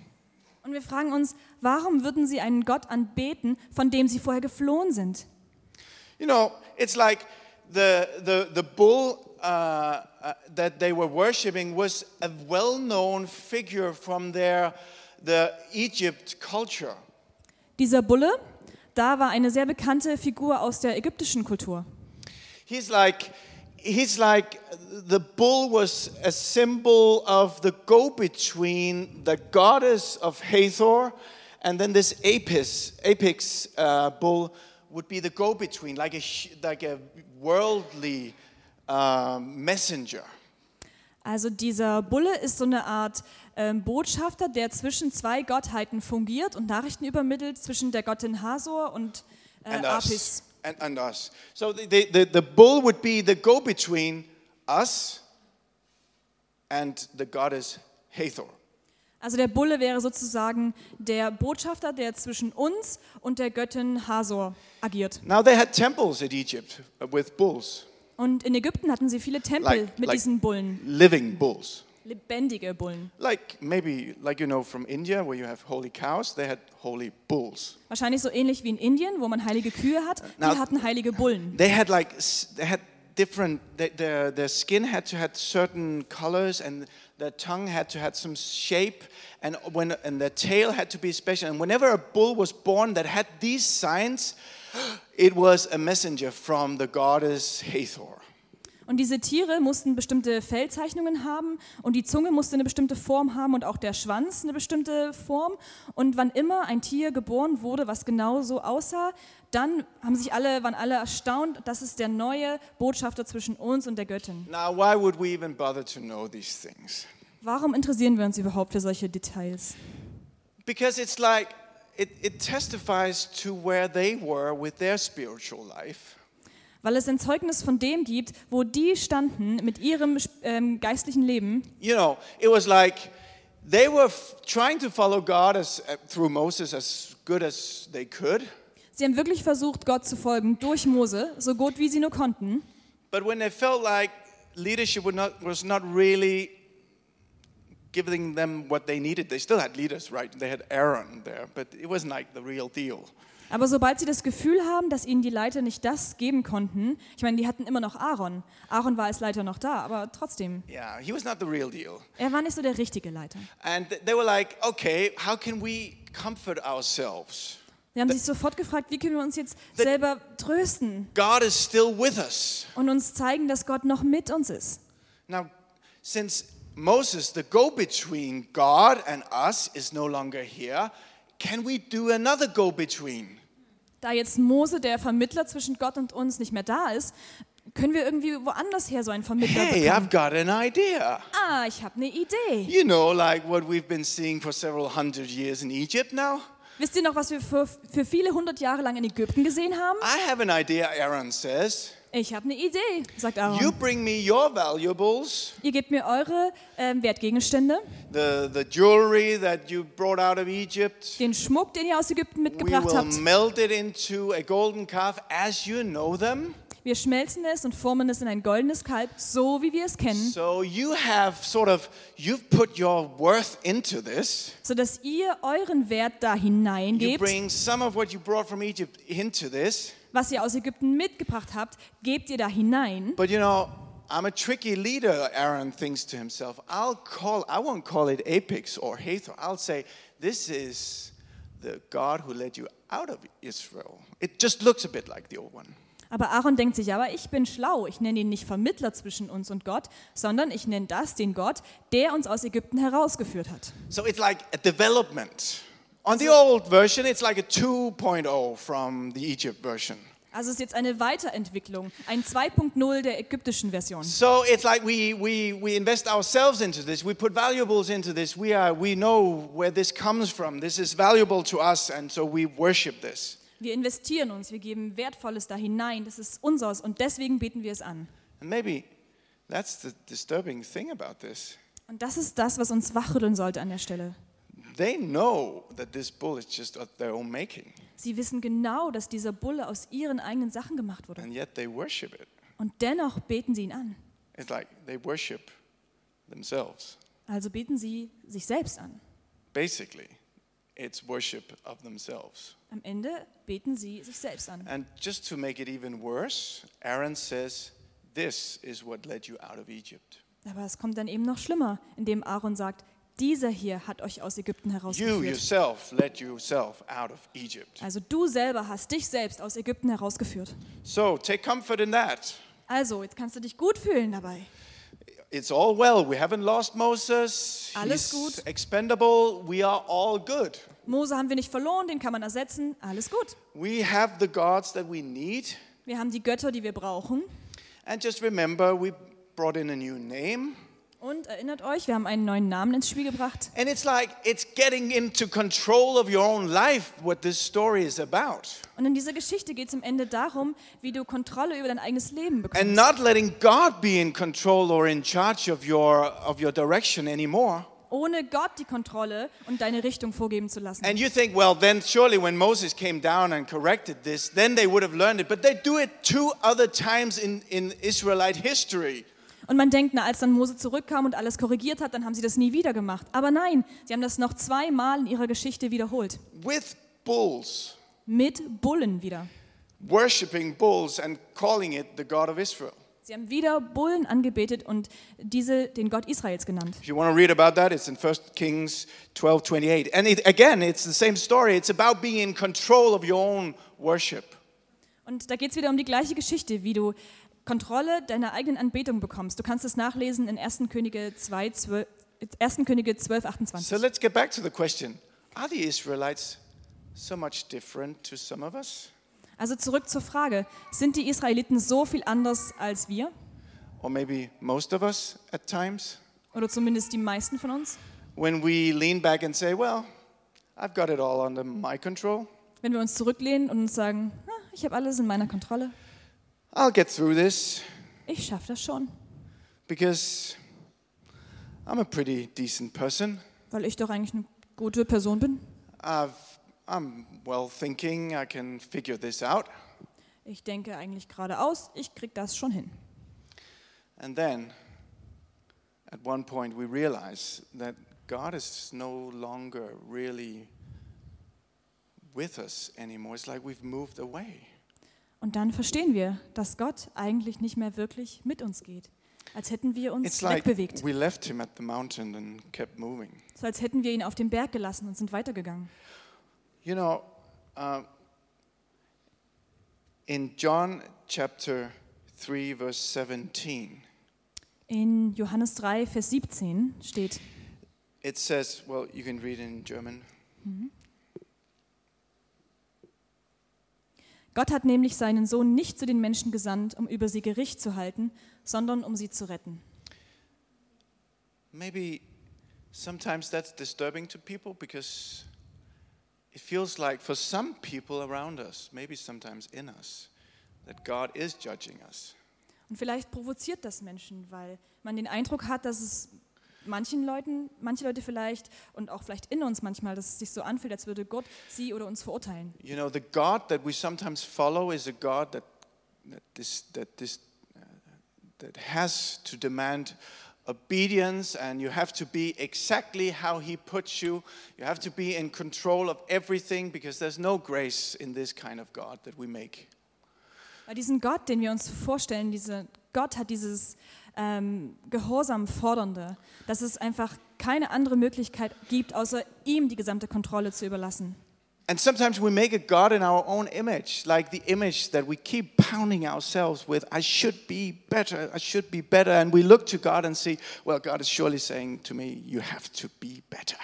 Speaker 2: Und wir fragen uns, warum würden sie einen Gott anbeten, von dem sie vorher geflohen sind?
Speaker 1: You know, it's like the, the, the bull uh, uh, that they were worshiping was a well known figure from their the Egypt culture.
Speaker 2: Dieser Bulle, da war eine sehr bekannte Figur aus der ägyptischen Kultur.
Speaker 1: He's like, he's like the bull was a symbol of the go between the goddess of Hathor and then this Apis, apex uh, bull would be the go between, like a, hu- like a worldly uh, messenger.
Speaker 2: Also dieser Bulle ist so eine Art ähm, Botschafter, der zwischen zwei Gottheiten fungiert und Nachrichten übermittelt, zwischen der Göttin Hasor und äh,
Speaker 1: and
Speaker 2: Apis.
Speaker 1: us. And, and us. So the, the, the, the bull would be the go between us and the goddess Hathor.
Speaker 2: Also der Bulle wäre sozusagen der Botschafter, der zwischen uns und der Göttin Hasor agiert.
Speaker 1: Now they had temples in Egypt uh, with bulls,
Speaker 2: Und in Ägypten hatten sie viele Tempel
Speaker 1: Like-
Speaker 2: mit
Speaker 1: like-
Speaker 2: diesen Bullen,
Speaker 1: living bulls.
Speaker 2: lebendige Bullen.
Speaker 1: Like maybe, like you know, from India where you have holy cows, they had holy bulls.
Speaker 2: Wahrscheinlich so ähnlich wie in Indien, wo man heilige Kühe hat, die
Speaker 1: Na-
Speaker 2: hatten heilige Bullen.
Speaker 1: They had like, s- they had different, they, their, their skin had to had certain colors and their tongue had to had some shape and, when, and their tail had to be special. And whenever a bull was born that had these signs, (gasps) it was a messenger from the goddess Hathor.
Speaker 2: Und diese Tiere mussten bestimmte Fellzeichnungen haben und die Zunge musste eine bestimmte Form haben und auch der Schwanz eine bestimmte Form. Und wann immer ein Tier geboren wurde, was genau so aussah, dann haben sich alle, waren alle erstaunt, das ist der neue Botschafter zwischen uns und der Göttin.
Speaker 1: Now, why would we even bother to know these things?
Speaker 2: Warum interessieren wir uns überhaupt für solche Details?
Speaker 1: Because it's like, it, it testifies to where they were with their spiritual life.
Speaker 2: Weil es ein Zeugnis von dem gibt, wo die standen mit ihrem ähm, geistlichen Leben
Speaker 1: you know, it was like they were f- trying to follow God as, uh, through Moses as good as they could.
Speaker 2: Sie haben wirklich versucht, Gott zu folgen durch Mose, so gut wie sie nur konnten.
Speaker 1: But when they felt like leadership would not, was not really giving them what they needed, they still had leaders, right? They had Aaron there, but it wasn't like the real deal.
Speaker 2: Aber sobald sie das Gefühl haben, dass ihnen die Leiter nicht das geben konnten, ich meine, die hatten immer noch Aaron. Aaron war als Leiter noch da, aber trotzdem,
Speaker 1: Yeah, he was not the real deal.
Speaker 2: er war nicht so der richtige Leiter.
Speaker 1: And th- they were like, okay, how can we comfort ourselves?
Speaker 2: Sie haben sich sofort gefragt, wie können wir uns jetzt selber trösten
Speaker 1: God is still with us.
Speaker 2: und uns zeigen, dass Gott noch mit uns ist.
Speaker 1: Now, since Moses, the go between God and us, is no longer here, can we do another go between?
Speaker 2: da jetzt Mose, der Vermittler zwischen Gott und uns, nicht mehr da ist, können wir irgendwie woanders her so einen Vermittler
Speaker 1: Hey,
Speaker 2: bekommen.
Speaker 1: I've got an idea.
Speaker 2: Ah, ich habe eine Idee.
Speaker 1: You know, like what we've been seeing for several hundred years in Egypt now?
Speaker 2: Wisst ihr noch, was wir für, für viele hundert Jahre lang in Ägypten gesehen haben?
Speaker 1: I have an idea, Aaron says.
Speaker 2: Ich habe eine Idee, sagt Aaron.
Speaker 1: You bring me your valuables,
Speaker 2: Ihr gebt mir eure ähm, Wertgegenstände,
Speaker 1: the, the jewelry that you brought out of Egypt.
Speaker 2: den Schmuck, den ihr aus Ägypten
Speaker 1: We
Speaker 2: mitgebracht
Speaker 1: will
Speaker 2: habt.
Speaker 1: melt it into a golden calf as you know them.
Speaker 2: Wir schmelzen es und formen es in ein goldenes Kalb, so wie wir es kennen,
Speaker 1: So you have sort of, you've put your worth into this.
Speaker 2: sodass ihr euren Wert da
Speaker 1: You
Speaker 2: hineingebt.
Speaker 1: bring some of what you brought from Egypt into this.
Speaker 2: Was ihr aus Ägypten mitgebracht habt, gebt ihr da hinein.
Speaker 1: But you know, I'm a tricky leader, Aaron thinks to himself. I'll call, I won't call it Apex or Hathor. I'll say, this is the God who led you out of Israel. It just looks a bit like the old one.
Speaker 2: Aber Aaron denkt sich, aber ich bin schlau. Ich nenne ihn nicht Vermittler zwischen uns und Gott, sondern ich nenne das den Gott, der uns aus Ägypten herausgeführt hat.
Speaker 1: So it's like a development. On the old version, it's like a 2.0 from the Egypt version.
Speaker 2: Also es ist jetzt eine Weiterentwicklung, ein 2.0 der ägyptischen Version.
Speaker 1: So it's like we, we, we invest ourselves into this, we put valuables into this, we, are, we know where this comes from, this is valuable to us, and so we worship this.
Speaker 2: Wir investieren uns, wir geben Wertvolles da hinein, das ist unseres und deswegen beten wir es an.
Speaker 1: And maybe that's the disturbing thing about this.
Speaker 2: Und das ist das, was uns wachrütteln sollte an der Stelle.
Speaker 1: They know that this bull is just of their own making,
Speaker 2: Sie wissen genau, dass dieser Bulle aus ihren eigenen Sachen gemacht wurde.
Speaker 1: and yet they worship it.
Speaker 2: Und dennoch beten sie ihn an.
Speaker 1: It's like they worship themselves.
Speaker 2: Also beten sie sich selbst an.
Speaker 1: Basically, it's worship of themselves.
Speaker 2: Am Ende beten sie sich selbst an.
Speaker 1: And just to make it even worse, Aaron says, This is what led you out of Egypt.
Speaker 2: Aber es kommt dann eben noch schlimmer, indem Aaron sagt, dieser hier hat euch aus Ägypten
Speaker 1: You
Speaker 2: herausgeführt.
Speaker 1: yourself led yourself out of Egypt.
Speaker 2: Also du selber hast dich selbst aus Ägypten herausgeführt.
Speaker 1: So take comfort in that.
Speaker 2: Also, jetzt kannst du dich gut fühlen dabei.
Speaker 1: It's all well. We haven't lost Moses. He's
Speaker 2: Alles gut.
Speaker 1: expendable. We are all good.
Speaker 2: Mose haben wir nicht verloren, den kann man ersetzen, alles gut.
Speaker 1: We have the gods that we need.
Speaker 2: Wir haben die Götter, die wir brauchen.
Speaker 1: And just remember, we brought in a new name.
Speaker 2: Und erinnert euch, wir haben einen neuen Namen ins Spiel gebracht.
Speaker 1: And it's like it's getting into control of your own life what this story is about.
Speaker 2: Und in dieser Geschichte geht es am Ende darum, wie du Kontrolle über dein eigenes Leben
Speaker 1: And
Speaker 2: bekommst.
Speaker 1: not letting God be in control or in charge of your, of your direction anymore.
Speaker 2: Ohne Gott die Kontrolle und deine Richtung vorgeben zu lassen.
Speaker 1: And you think, well, then surely when Moses came down and corrected this, then they would have learned it. But they do it two other times in, in Israelite history.
Speaker 2: Und man denkt, na, als dann Mose zurückkam und alles korrigiert hat, dann haben sie das nie wieder gemacht. Aber nein, sie haben das noch zweimal in ihrer Geschichte wiederholt.
Speaker 1: with bulls,
Speaker 2: Mit Bullen wieder.
Speaker 1: worshiping bulls and calling it the God of Israel.
Speaker 2: Sie haben wieder Bullen angebetet und diese den Gott Israels genannt.
Speaker 1: If you want to read about that, it's in 1 Kings 12 28. And it, again, it's the same story. It's about being in control of your own worship.
Speaker 2: Und da geht es wieder um die gleiche Geschichte, wie du Kontrolle deiner eigenen Anbetung bekommst. Du kannst es nachlesen in 1. Könige 2, 12, 1. Könige 12 28.
Speaker 1: So let's get back to the question Are the Israelites so much different to some of us?
Speaker 2: Also zurück zur Frage, sind die Israeliten so viel anders als wir?
Speaker 1: Or maybe most of us at times?
Speaker 2: Oder zumindest die meisten von uns?
Speaker 1: When we lean back and say, Well, I've got it all under my control,
Speaker 2: Wenn wir uns zurücklehnen und uns sagen, "Na, ich habe alles in meiner Kontrolle,
Speaker 1: I'll get through this.
Speaker 2: ich schaffe das schon,
Speaker 1: because I'm a pretty decent person.
Speaker 2: weil ich doch eigentlich eine gute Person bin.
Speaker 1: I've, I'm well thinking, I can figure this out.
Speaker 2: Ich denke eigentlich geradeaus, ich krieg das schon hin.
Speaker 1: And then at one point we realize that God is no longer really with us anymore. It's like we've moved away.
Speaker 2: Und dann verstehen wir, dass Gott eigentlich nicht mehr wirklich mit uns geht. Als hätten wir uns
Speaker 1: It's like
Speaker 2: wegbewegt.
Speaker 1: we left him at the mountain and kept moving.
Speaker 2: So als hätten wir ihn auf dem Berg gelassen und sind weitergegangen.
Speaker 1: You know, uh, in John chapter 3, verse 17,
Speaker 2: In Johannes 3, Vers 17 steht,
Speaker 1: It says, well, you can read it in German.
Speaker 2: Gott hat nämlich seinen Sohn nicht zu den Menschen gesandt, um über sie Gericht zu halten, sondern um sie zu retten.
Speaker 1: Maybe sometimes that's disturbing to people because it feels like for some people around us, maybe sometimes in us, that God is judging us.
Speaker 2: Und vielleicht provoziert das Menschen, weil man den Eindruck hat, dass es manchen Leuten, manche Leute vielleicht und auch vielleicht in uns manchmal, dass es sich so anfühlt, als würde Gott sie oder uns verurteilen.
Speaker 1: You know, the God that we sometimes follow is a God that that this that this uh, that has to demand obedience and you have to be exactly how he puts you you have to be in control of everything because there's no grace in this kind of god that we make
Speaker 2: Weil diesen Gott, den wir uns vorstellen, dieser Gott hat dieses ähm, Gehorsam fordernde, dass es einfach keine andere Möglichkeit gibt, außer ihm die gesamte Kontrolle zu überlassen.
Speaker 1: and sometimes we make a god in our own image like the image that we keep pounding ourselves with i should be better i should be better and we look to god and see well god is surely saying to me you have to be better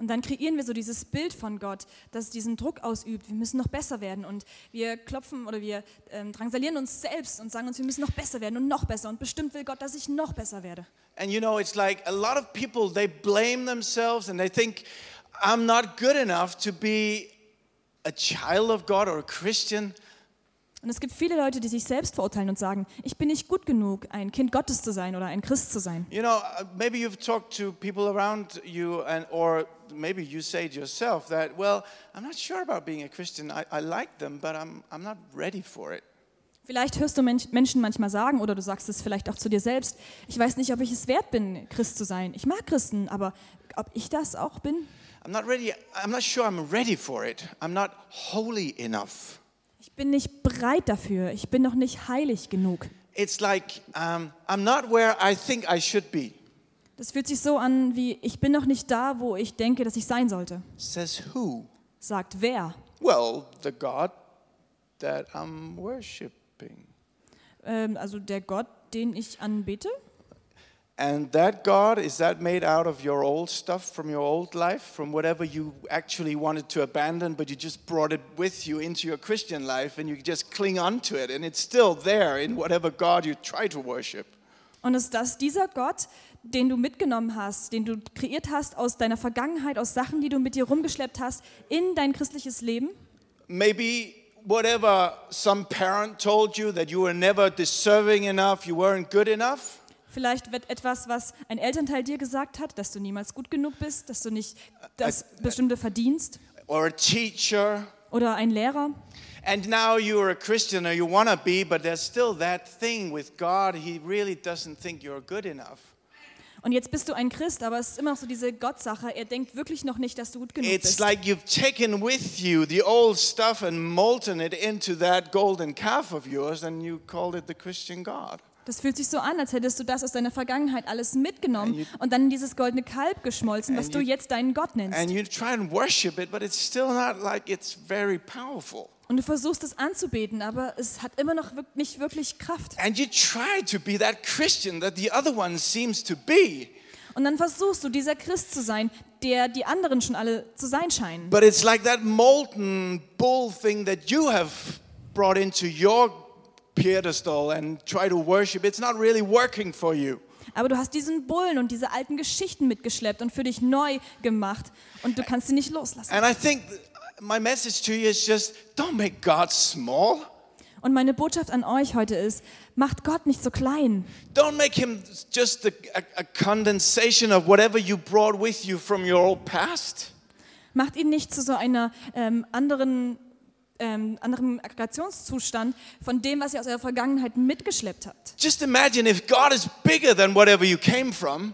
Speaker 2: Und dann kreieren wir so dieses Bild von Gott, das diesen Druck ausübt, wir müssen noch besser werden. Und wir klopfen oder wir ähm, drangsalieren uns selbst und sagen uns, wir müssen noch besser werden und noch besser. Und bestimmt will Gott, dass ich noch besser werde.
Speaker 1: And you know, it's like a lot of people, they blame themselves and they think, I'm not good enough to be a child of God or a Christian.
Speaker 2: Und es gibt viele Leute, die sich selbst verurteilen und sagen, ich bin nicht gut genug, ein Kind Gottes zu sein oder ein Christ zu sein.
Speaker 1: You know, uh, maybe you've talked to people around you, and, or maybe you say to yourself that, well, I'm not sure about being a Christian. I, I like them, but I'm, I'm not ready for it.
Speaker 2: Vielleicht hörst du Mensch- Menschen manchmal sagen oder du sagst es vielleicht auch zu dir selbst, ich weiß nicht, ob ich es wert bin, Christ zu sein. Ich mag Christen, aber ob ich das auch bin?
Speaker 1: I'm not ready. I'm not sure I'm ready for it. I'm not holy enough.
Speaker 2: Ich bin nicht bereit dafür. Ich bin noch nicht heilig genug.
Speaker 1: It's like um, I'm not where I think I should be.
Speaker 2: Das fühlt sich so an wie, ich bin noch nicht da, wo ich denke, dass ich sein sollte.
Speaker 1: Says who?
Speaker 2: Sagt wer?
Speaker 1: Well, the God that I'm worshiping.
Speaker 2: Ähm, also der Gott, den ich anbete?
Speaker 1: And that God, is that made out of your old stuff from your old life, from whatever you actually wanted to abandon, but you just brought it with you into your Christian life and you just cling on to it and it's still there in whatever God you try to worship?
Speaker 2: Und ist das dieser Gott, den du mitgenommen hast, den du kreiert hast aus deiner Vergangenheit, aus Sachen, die du mit dir rumgeschleppt hast, in dein christliches Leben?
Speaker 1: Maybe whatever some parent told you that you were never deserving enough, you weren't good enough.
Speaker 2: Vielleicht wird etwas, was ein Elternteil dir gesagt hat, dass du niemals gut genug bist, dass du nicht das Bestimmte verdienst
Speaker 1: Or a teacher,
Speaker 2: oder ein Lehrer.
Speaker 1: And now you are a Christian or you want to be, but there's still that thing with God. He really doesn't think you're good enough.
Speaker 2: Und jetzt bist du ein Christ, aber es ist immer noch so diese Gottsache. Er denkt wirklich noch nicht, dass du gut genug
Speaker 1: It's
Speaker 2: bist.
Speaker 1: like you've taken with you the old stuff and molten it into that golden calf of yours, and you called it the Christian God.
Speaker 2: Das fühlt sich so an, als hättest du das aus deiner Vergangenheit alles mitgenommen und dann in dieses goldene Kalb geschmolzen, was
Speaker 1: And
Speaker 2: du
Speaker 1: you-
Speaker 2: jetzt deinen Gott nennst.
Speaker 1: And you try and worship it, but it's still not like it's very powerful.
Speaker 2: Und du versuchst es anzubeten, aber es hat immer noch wirk- nicht wirklich Kraft.
Speaker 1: And you try to be that Christian that the other one seems to be,
Speaker 2: Und dann versuchst du, dieser Christ zu sein, der die anderen schon alle zu sein scheinen.
Speaker 1: but it's like that molten bull thing that you have brought into your pedestal and try to worship. It's not really working for you.
Speaker 2: Aber du hast diesen Bullen und diese alten Geschichten mitgeschleppt und für dich neu gemacht und du kannst sie nicht loslassen.
Speaker 1: And I think my message to you is just don't make God small.
Speaker 2: Und meine Botschaft an euch heute ist, macht Gott nicht so klein.
Speaker 1: Don't make him just a, a, a condensation of whatever you brought with you from your old past.
Speaker 2: Macht ihn nicht zu so einer ähm, anderen ähm, anderem Aggregationszustand von dem, was ihr aus eurer Vergangenheit mitgeschleppt habt.
Speaker 1: Just imagine if God is bigger than whatever you came from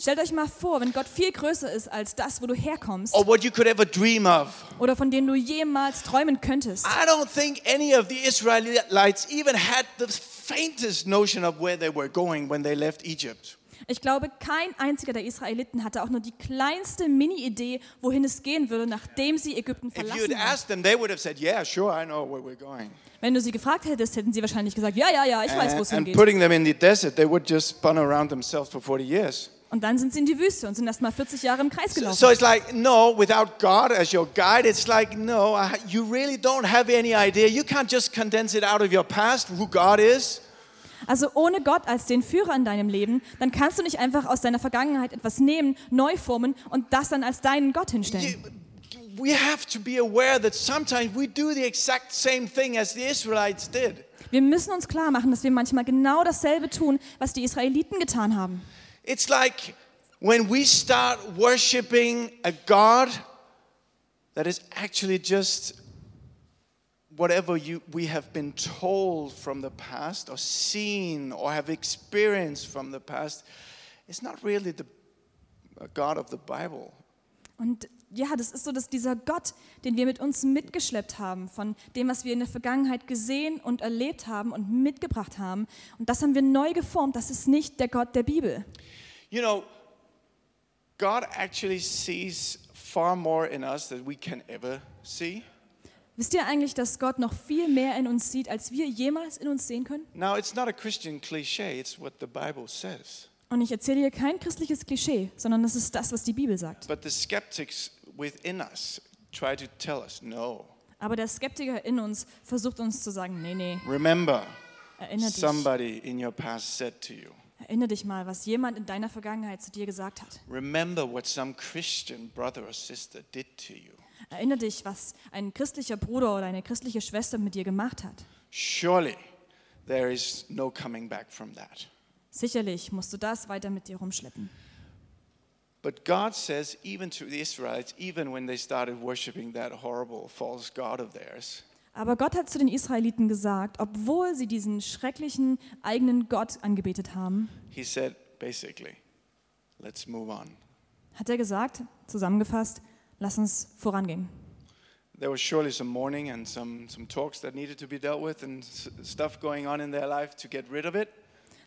Speaker 2: Stellt euch mal vor, wenn Gott viel größer ist als das, wo du herkommst
Speaker 1: or what you could ever dream of.
Speaker 2: oder von dem du jemals träumen könntest.
Speaker 1: I don't think any of the Israelites even had the faintest notion of where they were going when they left Egypt.
Speaker 2: Ich glaube, kein einziger der Israeliten hatte auch nur die kleinste Mini-Idee, wohin es gehen würde, nachdem sie Ägypten
Speaker 1: If you'd
Speaker 2: verlassen haben.
Speaker 1: asked them, they would have said, Yeah, sure, I know where we're going.
Speaker 2: Wenn du sie gefragt hättest, hätten sie wahrscheinlich gesagt, ja, ja, ja, ich weiß, wo
Speaker 1: And,
Speaker 2: es
Speaker 1: and
Speaker 2: hingeht.
Speaker 1: putting them in the desert, they would just spun around themselves for 40 years.
Speaker 2: Und dann sind sie in die Wüste und sind erst mal 40 Jahre im Kreis
Speaker 1: So,
Speaker 2: gelaufen.
Speaker 1: so it's like, no, without God as your guide, it's like, no, I, you really don't have any idea. You can't just condense it out of your past, who God is.
Speaker 2: Also ohne Gott als den Führer in deinem Leben, dann kannst du nicht einfach aus deiner Vergangenheit etwas nehmen, neu formen und das dann als deinen Gott hinstellen.
Speaker 1: You- we have to be aware that sometimes we do the exact same thing as the Israelites did.
Speaker 2: Wir müssen uns klar machen, dass wir manchmal genau dasselbe tun, was die Israeliten getan haben.
Speaker 1: It's like when we start worshiping a God that is actually just whatever you, we have been told from the past or seen or have experienced from the past, it's not really the God of the Bible.
Speaker 2: Und ja, das ist so, dass dieser Gott, den wir mit uns mitgeschleppt haben, von dem, was wir in der Vergangenheit gesehen und erlebt haben und mitgebracht haben, und das haben wir neu geformt, das ist nicht der Gott der Bibel.
Speaker 1: You know, God actually sees far more in us than we can ever see.
Speaker 2: Wisst ihr eigentlich, dass Gott noch viel mehr in uns sieht, als wir jemals in uns sehen können?
Speaker 1: Now, it's not a Christian cliche, it's what the Bible says.
Speaker 2: Und ich erzähle hier kein christliches Klischee, sondern das ist das, was die Bibel sagt.
Speaker 1: But the skeptics within us try to tell us no.
Speaker 2: Aber der Skeptiker in uns versucht uns zu sagen, nee, nee,
Speaker 1: Remember,
Speaker 2: erinnere dich,
Speaker 1: somebody in your past said to you.
Speaker 2: erinnere dich mal, was jemand in deiner Vergangenheit zu dir gesagt hat.
Speaker 1: Remember what some Christian brother or sister did to you.
Speaker 2: Erinnere dich, was ein christlicher Bruder oder eine christliche Schwester mit dir gemacht hat.
Speaker 1: Surely there is no coming back from that.
Speaker 2: Sicherlich musst du das weiter mit dir rumschleppen.
Speaker 1: But God says, even to the Israelites, even when they started worshiping that horrible false God of theirs,
Speaker 2: Aber Gott hat zu den Israeliten gesagt, obwohl sie diesen schrecklichen eigenen Gott angebetet haben,
Speaker 1: He said, basically, let's move on.
Speaker 2: hat er gesagt, zusammengefasst, lass uns vorangehen.
Speaker 1: There was surely some mourning and some, some talks that needed to be dealt with and s- stuff going on in their life to get rid of it.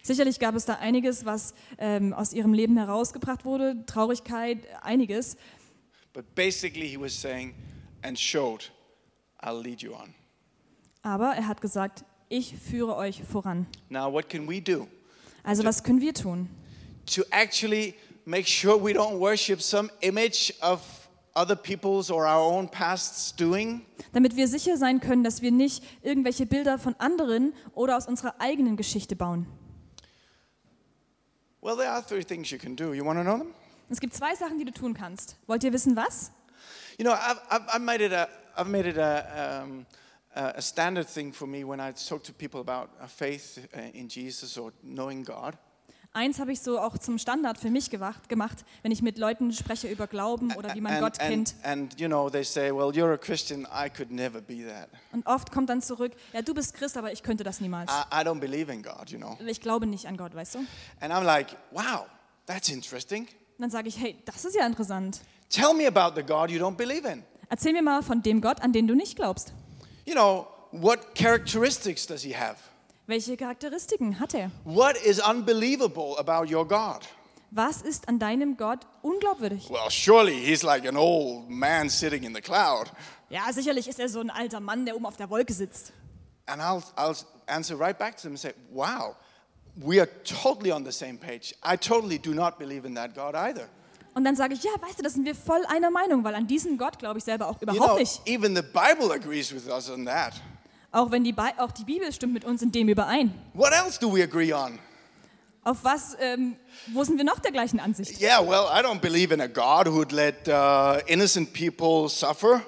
Speaker 2: Sicherlich gab es da einiges, was ähm, aus ihrem Leben herausgebracht wurde, Traurigkeit, einiges.
Speaker 1: But basically, he was saying, and showed, I'll lead you on.
Speaker 2: Aber er hat gesagt, ich führe euch voran.
Speaker 1: Now, what can we do
Speaker 2: Also was können wir tun?
Speaker 1: to actually make sure we don't worship some image of other people's or our own past's doing?
Speaker 2: Damit wir sicher sein können, dass wir nicht irgendwelche Bilder von anderen oder aus unserer eigenen Geschichte bauen.
Speaker 1: Well, there are three things you can do. You want to know them?
Speaker 2: Es gibt zwei Sachen, die du tun kannst. Wollt ihr wissen was?
Speaker 1: You know, I've, I've, I've made it a, I've made it a, um, a a standard thing for me when I talk to people about uh, faith uh, in Jesus or knowing God.
Speaker 2: Eins habe ich so auch zum Standard für mich gewacht, gemacht, wenn ich mit Leuten spreche über Glauben oder wie man
Speaker 1: and,
Speaker 2: Gott
Speaker 1: and,
Speaker 2: kennt.
Speaker 1: and, you know, they say, well, you're a Christian. I could never be that.
Speaker 2: Und oft kommt dann zurück, ja, du bist Christ, aber ich könnte das niemals.
Speaker 1: I, I don't believe in God, you know.
Speaker 2: Ich glaube nicht an Gott, weißt du? Und
Speaker 1: And I'm like, wow, that's interesting.
Speaker 2: dann sage ich, hey, das ist ja interessant.
Speaker 1: Tell me about the God you don't believe in.
Speaker 2: Erzähl mir mal von dem Gott, an den du nicht glaubst.
Speaker 1: You know, what characteristics does he have?
Speaker 2: Welche Charakteristiken hat er?
Speaker 1: What is unbelievable about your God?
Speaker 2: Was ist an deinem Gott unglaubwürdig?
Speaker 1: Well, surely he's like an old man sitting in the cloud.
Speaker 2: Ja, sicherlich ist er so ein alter Mann, der oben auf der Wolke sitzt.
Speaker 1: And I'll, I'll answer right back to them and say, wow, we are totally on the same page. I totally do not believe in that God either.
Speaker 2: Und dann sage ich, ja, weißt du, das sind wir voll einer Meinung, weil an diesen Gott glaube ich selber auch
Speaker 1: You
Speaker 2: überhaupt
Speaker 1: know,
Speaker 2: nicht.
Speaker 1: even the Bible agrees with us on that.
Speaker 2: Auch wenn die, Bi auch die Bibel stimmt mit uns in dem überein.
Speaker 1: What else do we agree on?
Speaker 2: Auf was, ähm, wo sind wir noch der gleichen Ansicht?
Speaker 1: Yeah, well, I don't believe in a God who'd let uh, innocent people suffer.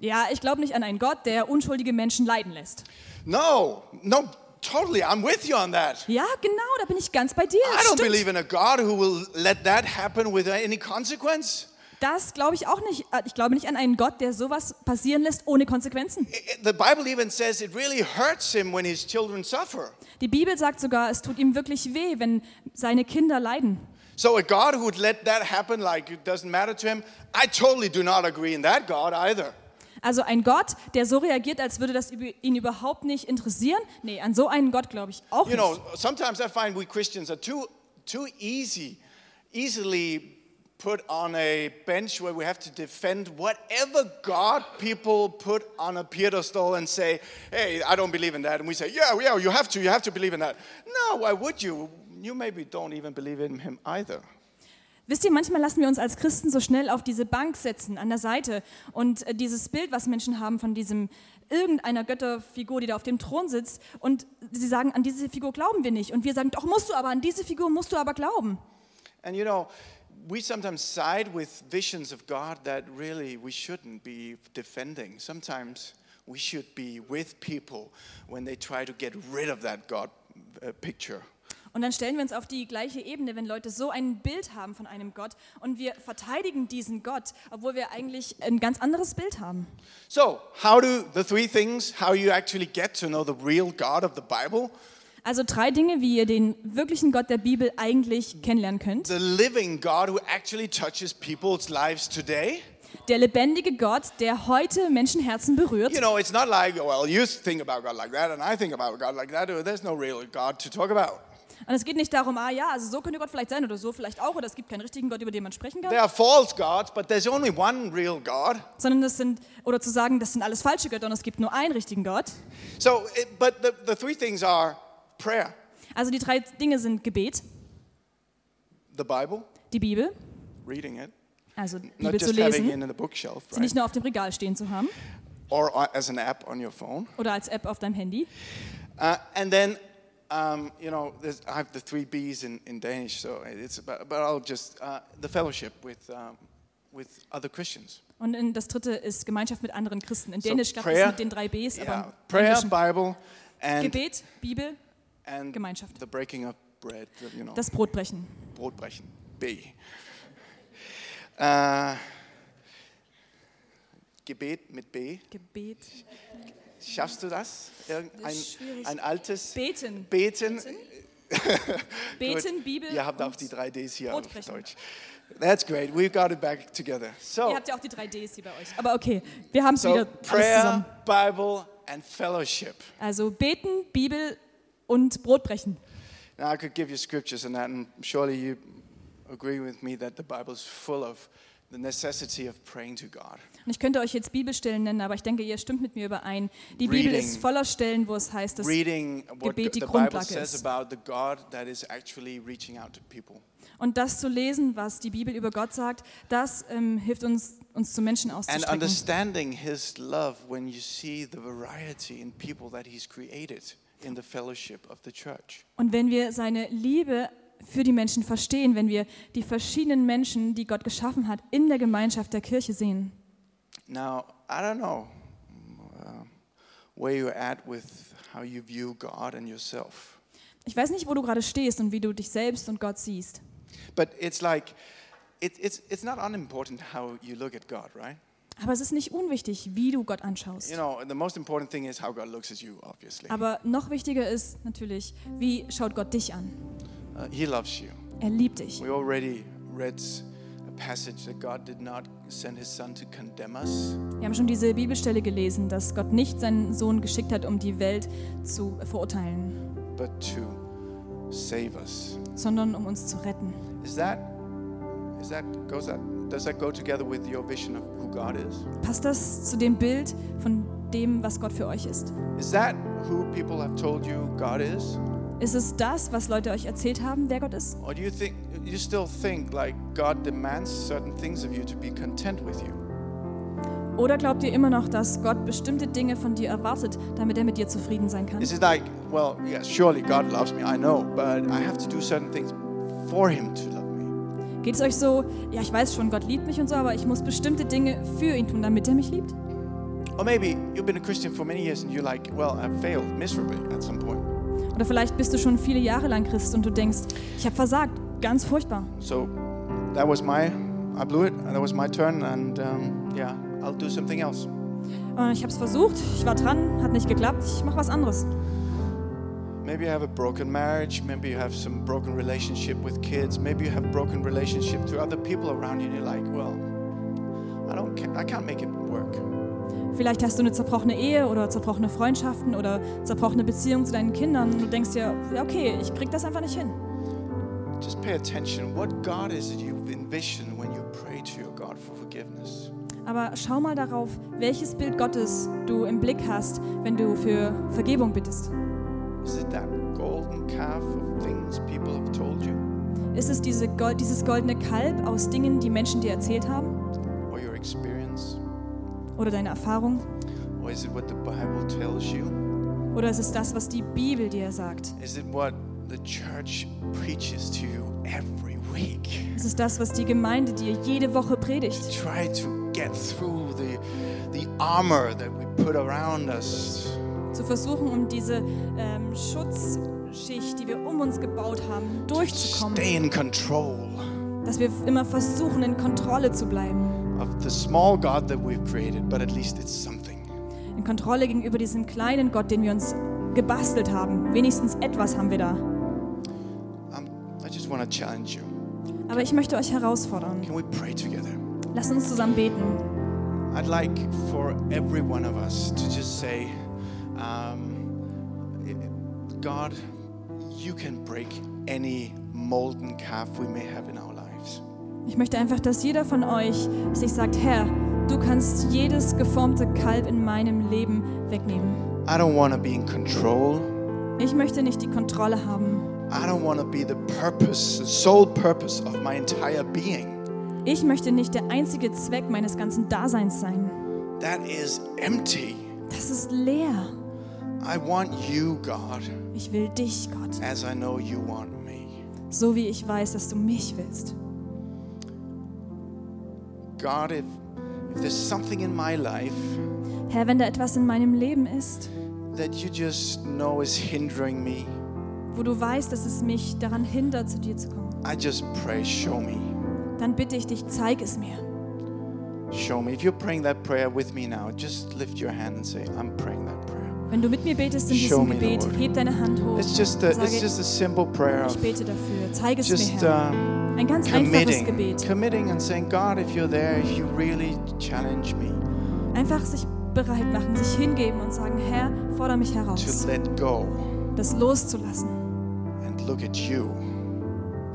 Speaker 2: Ja, ich glaube nicht an einen Gott, der unschuldige Menschen leiden lässt.
Speaker 1: No, no, totally. I'm with you on that.
Speaker 2: Ja, genau, da bin ich ganz bei dir.
Speaker 1: I don't
Speaker 2: Stimmt.
Speaker 1: believe in a God who will let that happen without any consequence.
Speaker 2: Das glaube ich auch nicht. Äh, Ich glaube nicht an einen Gott, der sowas passieren lässt ohne Konsequenzen.
Speaker 1: I- I- The Bible even says it really hurts him when his children suffer.
Speaker 2: Die Bibel sagt sogar, es tut ihm wirklich weh, wenn seine Kinder leiden.
Speaker 1: So a God who would let that happen like it doesn't matter to him, I totally do not agree in that God either.
Speaker 2: Also ein Gott, der so reagiert, als würde das über- ihn überhaupt nicht interessieren. Nee, an so einen Gott glaube ich auch
Speaker 1: You
Speaker 2: nicht.
Speaker 1: know, sometimes I find we Christians are too too easy, easily put on a bench where we have to defend whatever God people put on a pedestal and say, hey, I don't believe in that. And we say, yeah, yeah, you have to, you have to believe in that. No, why would you? You maybe don't even believe in Him either.
Speaker 2: Wisst ihr, manchmal lassen wir uns als Christen so schnell auf diese Bank setzen, an der Seite. Und äh, dieses Bild, was Menschen haben von diesem irgendeiner Götterfigur, die da auf dem Thron sitzt. Und sie sagen, an diese Figur glauben wir nicht. Und wir sagen, doch musst du aber, an diese Figur musst du aber glauben.
Speaker 1: And you know, we sometimes side with visions of God that really we shouldn't be defending. Sometimes we should be with people when they try to get rid of that God uh, picture.
Speaker 2: Und dann stellen wir uns auf die gleiche Ebene, wenn Leute so ein Bild haben von einem Gott und wir verteidigen diesen Gott, obwohl wir eigentlich ein ganz anderes Bild haben.
Speaker 1: So, how do the three things, how you actually get to know the real God of the Bible,
Speaker 2: Also drei Dinge, wie ihr den wirklichen Gott der Bibel eigentlich kennenlernen könnt.
Speaker 1: the living God who actually touches people's lives today?
Speaker 2: Der lebendige Gott, der heute Menschenherzen berührt.
Speaker 1: You know, it's not like, well, you think about God like that and I think about God like that. There's no real God to talk about.
Speaker 2: Und es geht nicht darum, ah ja, also so könnte Gott vielleicht sein oder so vielleicht auch oder es gibt keinen richtigen Gott, über den man sprechen kann,
Speaker 1: There are false gods, but there's only one real God.
Speaker 2: sondern das sind oder zu sagen, das sind alles falsche Götter und es gibt nur einen richtigen Gott.
Speaker 1: So, it, but the, the three things are prayer,
Speaker 2: Also die drei Dinge sind Gebet,
Speaker 1: the Bible,
Speaker 2: die Bibel,
Speaker 1: reading it,
Speaker 2: also die
Speaker 1: not
Speaker 2: Bibel zu
Speaker 1: just having it
Speaker 2: lesen,
Speaker 1: in the bookshelf,
Speaker 2: sie
Speaker 1: right?
Speaker 2: nicht nur auf dem Regal stehen zu haben
Speaker 1: Or uh, as an app on your phone.
Speaker 2: oder als App auf deinem Handy.
Speaker 1: Uh, and then, um, you know, there's, I have the three B's in, in Danish, so it's about, but I'll just, uh, the fellowship with, um, with other Christians.
Speaker 2: Und in- das dritte ist Gemeinschaft mit anderen Christen. In
Speaker 1: So,
Speaker 2: Dänisch klappt es
Speaker 1: prayer.
Speaker 2: mit den drei Bs, aber
Speaker 1: Yeah,
Speaker 2: im
Speaker 1: prayer,
Speaker 2: Englischen
Speaker 1: Bible, and,
Speaker 2: Gebet, Bibel,
Speaker 1: and
Speaker 2: Gemeinschaft.
Speaker 1: the breaking of bread, the, you know,
Speaker 2: das Brotbrechen.
Speaker 1: Brotbrechen,
Speaker 2: (laughs)
Speaker 1: B. Uh, Gebet mit B.
Speaker 2: Gebet,
Speaker 1: Schaffst du das? Irgendein
Speaker 2: Das ist schwierig.
Speaker 1: ein altes
Speaker 2: Beten,
Speaker 1: Beten.
Speaker 2: Beten, Bibel.
Speaker 1: Ihr habt auch
Speaker 2: und-
Speaker 1: die 3Ds hier auf
Speaker 2: Brotbrechen.
Speaker 1: Deutsch. That's great. We've got it back together. So,
Speaker 2: Ihr habt ja auch die drei Ds hier bei euch. Aber okay, wir haben es
Speaker 1: so
Speaker 2: wieder alles
Speaker 1: prayer,
Speaker 2: zusammen.
Speaker 1: Bible and fellowship.
Speaker 2: Also beten, Bibel und Brotbrechen.
Speaker 1: Now I could give you scriptures on that and surely you agree with me that the Bible's full of the necessity of praying to God.
Speaker 2: Und ich könnte euch jetzt Bibelstellen nennen, aber ich denke, ihr stimmt mit mir überein. Die Bibel
Speaker 1: Reading.
Speaker 2: ist voller Stellen, wo es heißt, dass
Speaker 1: Reading what
Speaker 2: Gebet
Speaker 1: the
Speaker 2: die
Speaker 1: Bible
Speaker 2: Grundlage
Speaker 1: says
Speaker 2: ist.
Speaker 1: about the God that is actually reaching out to people.
Speaker 2: und das zu lesen, was die Bibel über Gott sagt, das ähm, hilft uns, uns zu Menschen
Speaker 1: And
Speaker 2: auszustrecken.
Speaker 1: understanding his love when you see the variety in people that he's created in the fellowship of the church.
Speaker 2: Und wenn wir seine Liebe für die Menschen verstehen, wenn wir die verschiedenen Menschen, die Gott geschaffen hat, in der Gemeinschaft der Kirche sehen.
Speaker 1: Now, I don't know uh, where you're at with how you view God and yourself,
Speaker 2: Ich weiß nicht, wo du gerade stehst und wie du dich selbst und Gott siehst.
Speaker 1: but it's like, it, it's, it's not unimportant how you look at God, right?
Speaker 2: Aber es ist nicht unwichtig, wie du Gott anschaust.
Speaker 1: You know, the most important thing is how God looks at you, obviously.
Speaker 2: Aber noch wichtiger ist natürlich, wie schaut Gott dich an?
Speaker 1: Uh, he loves you.
Speaker 2: Er liebt dich.
Speaker 1: We already read a passage that God did not send his son to condemn us.
Speaker 2: Wir haben schon diese Bibelstelle gelesen, dass Gott nicht seinen Sohn geschickt hat, um die Welt zu verurteilen,
Speaker 1: but to save us.
Speaker 2: sondern um uns zu retten.
Speaker 1: Is that is that goes that does that go together with your vision of who God is?
Speaker 2: Passt das zu dem Bild von dem, was Gott für euch ist?
Speaker 1: Is that who people have told you God is?
Speaker 2: Ist es das, was Leute euch erzählt haben, wer Gott ist?
Speaker 1: Or do you think you still think like God demands certain things of you to be content with you?
Speaker 2: Oder glaubt ihr immer noch, dass Gott bestimmte Dinge von dir erwartet, damit er mit dir zufrieden sein kann?
Speaker 1: Is it like, well, yeah, surely God loves me, I know, but I have to do certain things for him to love me.
Speaker 2: Geht es euch so, ja, ich weiß schon, Gott liebt mich und so, aber ich muss bestimmte Dinge für ihn tun, damit er mich liebt?
Speaker 1: Or maybe you've been a Christian for many years and you're like, well, I failed miserably at some point.
Speaker 2: Oder vielleicht bist du schon viele Jahre lang Christ und du denkst, ich habe versagt, ganz furchtbar.
Speaker 1: So that was my, I blew it. That was my turn, and um, yeah, I'll do something else.
Speaker 2: Äh, Ich habe es versucht, ich war dran, hat nicht geklappt, ich mache was anderes.
Speaker 1: Maybe you have a broken marriage. Maybe you have some broken relationship with kids. Maybe you have broken relationship to other people around you. And you're like, well, I don't, ca- I can't make it work.
Speaker 2: Vielleicht hast du eine zerbrochene Ehe oder zerbrochene Freundschaften oder zerbrochene Beziehung zu deinen Kindern und du denkst dir, ja, okay, ich krieg das einfach nicht hin.
Speaker 1: Just pay attention. What God is it you envision when you pray to your God for forgiveness?
Speaker 2: Aber schau mal darauf, welches Bild Gottes du im Blick hast, wenn du für Vergebung bittest.
Speaker 1: Is it that golden calf of things people have told you,
Speaker 2: Ist es diese, Gol- dieses goldene Kalb aus Dingen, die Menschen dir erzählt haben?
Speaker 1: or your experience?
Speaker 2: Oder deine Erfahrung?
Speaker 1: Or is it what the Bible tells you?
Speaker 2: Oder ist es das, was die Bibel dir sagt?
Speaker 1: Is it what the church preaches to you every week?
Speaker 2: Ist es das, was die Gemeinde dir jede Woche predigt?
Speaker 1: Try to get through the, the armor that we put around us
Speaker 2: Zu versuchen, um diese ähm, Schutzschicht, die wir um uns gebaut haben, durchzukommen.
Speaker 1: Stay in control
Speaker 2: Dass wir immer versuchen, in Kontrolle zu bleiben.
Speaker 1: of the small God that we've created, but at least it's something.
Speaker 2: In Kontrolle gegenüber diesem kleinen Gott, den wir uns gebastelt haben. Wenigstens etwas haben wir da.
Speaker 1: Um, I just want to challenge you.
Speaker 2: Aber ich möchte euch herausfordern.
Speaker 1: Can we pray together?
Speaker 2: Lasst uns zusammen beten.
Speaker 1: I'd like for every one of us to just say, um, God, you can break any molten calf we may have in our lives.
Speaker 2: Ich möchte einfach, dass jeder von euch sich sagt, Herr, du kannst jedes geformte Kalb in meinem Leben wegnehmen.
Speaker 1: I don't want to be in control.
Speaker 2: Ich möchte nicht die Kontrolle haben.
Speaker 1: I don't want to be the purpose, the sole purpose of my entire being.
Speaker 2: Ich möchte nicht der einzige Zweck meines ganzen Daseins sein.
Speaker 1: That is empty.
Speaker 2: Das ist leer.
Speaker 1: I want you, God,
Speaker 2: Ich will dich, Gott,
Speaker 1: as I know you want me.
Speaker 2: so wie ich weiß, dass du mich willst.
Speaker 1: God, if, if there's something in my life
Speaker 2: Herr, wenn da etwas in meinem Leben ist,
Speaker 1: that you just know is hindering me,
Speaker 2: wo du weißt, dass es mich daran hindert, zu dir zu kommen,
Speaker 1: I just pray, show me.
Speaker 2: dann bitte ich dich, zeig es mir.
Speaker 1: Show me. If you're praying that prayer with me now, just lift your hand and say, I'm praying that prayer.
Speaker 2: Wenn du mit mir betest in
Speaker 1: Show
Speaker 2: diesem
Speaker 1: me,
Speaker 2: Gebet,
Speaker 1: Lord.
Speaker 2: heb deine Hand hoch.
Speaker 1: It's just a,
Speaker 2: und
Speaker 1: it's
Speaker 2: sage,
Speaker 1: just a simple prayer
Speaker 2: ich
Speaker 1: of
Speaker 2: bete dafür. Zeig es mir,
Speaker 1: just
Speaker 2: Herr.
Speaker 1: um,
Speaker 2: Ein ganz einfaches
Speaker 1: committing,
Speaker 2: Gebet.
Speaker 1: committing and saying, God, if you're there, if you really challenge me
Speaker 2: Einfach sich bereit machen, sich hingeben und sagen, Herr, fordere mich
Speaker 1: to
Speaker 2: heraus,
Speaker 1: let go
Speaker 2: das loszulassen.
Speaker 1: and look at you,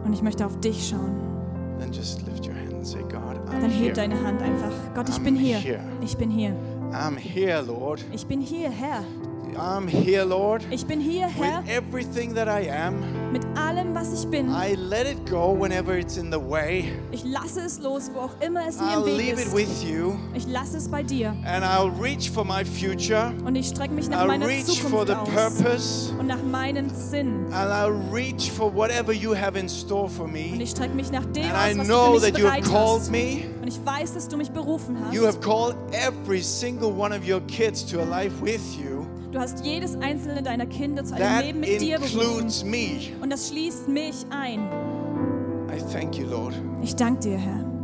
Speaker 2: Und ich möchte auf dich schauen.
Speaker 1: then just lift your hand and say, God, I'm
Speaker 2: Dann heb
Speaker 1: here.
Speaker 2: deine Hand einfach. Gott, ich
Speaker 1: I'm
Speaker 2: bin hier.
Speaker 1: here.
Speaker 2: Ich bin hier.
Speaker 1: I'm here, Lord.
Speaker 2: Ich bin hier, Herr.
Speaker 1: I'm here, Lord.
Speaker 2: Ich bin hier, Herr,
Speaker 1: With everything that I am,
Speaker 2: mit allem, was ich bin.
Speaker 1: I let it go whenever it's in the way.
Speaker 2: Ich lasse es los, wo auch immer es mir
Speaker 1: I'll
Speaker 2: im Weg
Speaker 1: leave it
Speaker 2: ist.
Speaker 1: with you
Speaker 2: Ich lasse es bei dir.
Speaker 1: and I'll reach for my future.
Speaker 2: Und ich strecke mich nach
Speaker 1: I'll
Speaker 2: meiner
Speaker 1: reach for
Speaker 2: Zukunft
Speaker 1: the
Speaker 2: aus.
Speaker 1: purpose.
Speaker 2: Und nach meinem Sinn.
Speaker 1: And I'll reach for whatever you have in store for
Speaker 2: Und
Speaker 1: me.
Speaker 2: ich strecke mich nach dem
Speaker 1: And I
Speaker 2: aus, was du
Speaker 1: know
Speaker 2: für mich
Speaker 1: that you have
Speaker 2: bereit
Speaker 1: called
Speaker 2: hast.
Speaker 1: me.
Speaker 2: Und ich weiß, dass du mich berufen
Speaker 1: You
Speaker 2: hast.
Speaker 1: have called every single one of your kids to a life with you.
Speaker 2: Du hast jedes einzelne deiner Kinder zu einem
Speaker 1: That
Speaker 2: Leben mit dir berufen.
Speaker 1: includes me.
Speaker 2: Und das schließt mich ein.
Speaker 1: I thank you, Lord,
Speaker 2: Ich danke dir, Herr,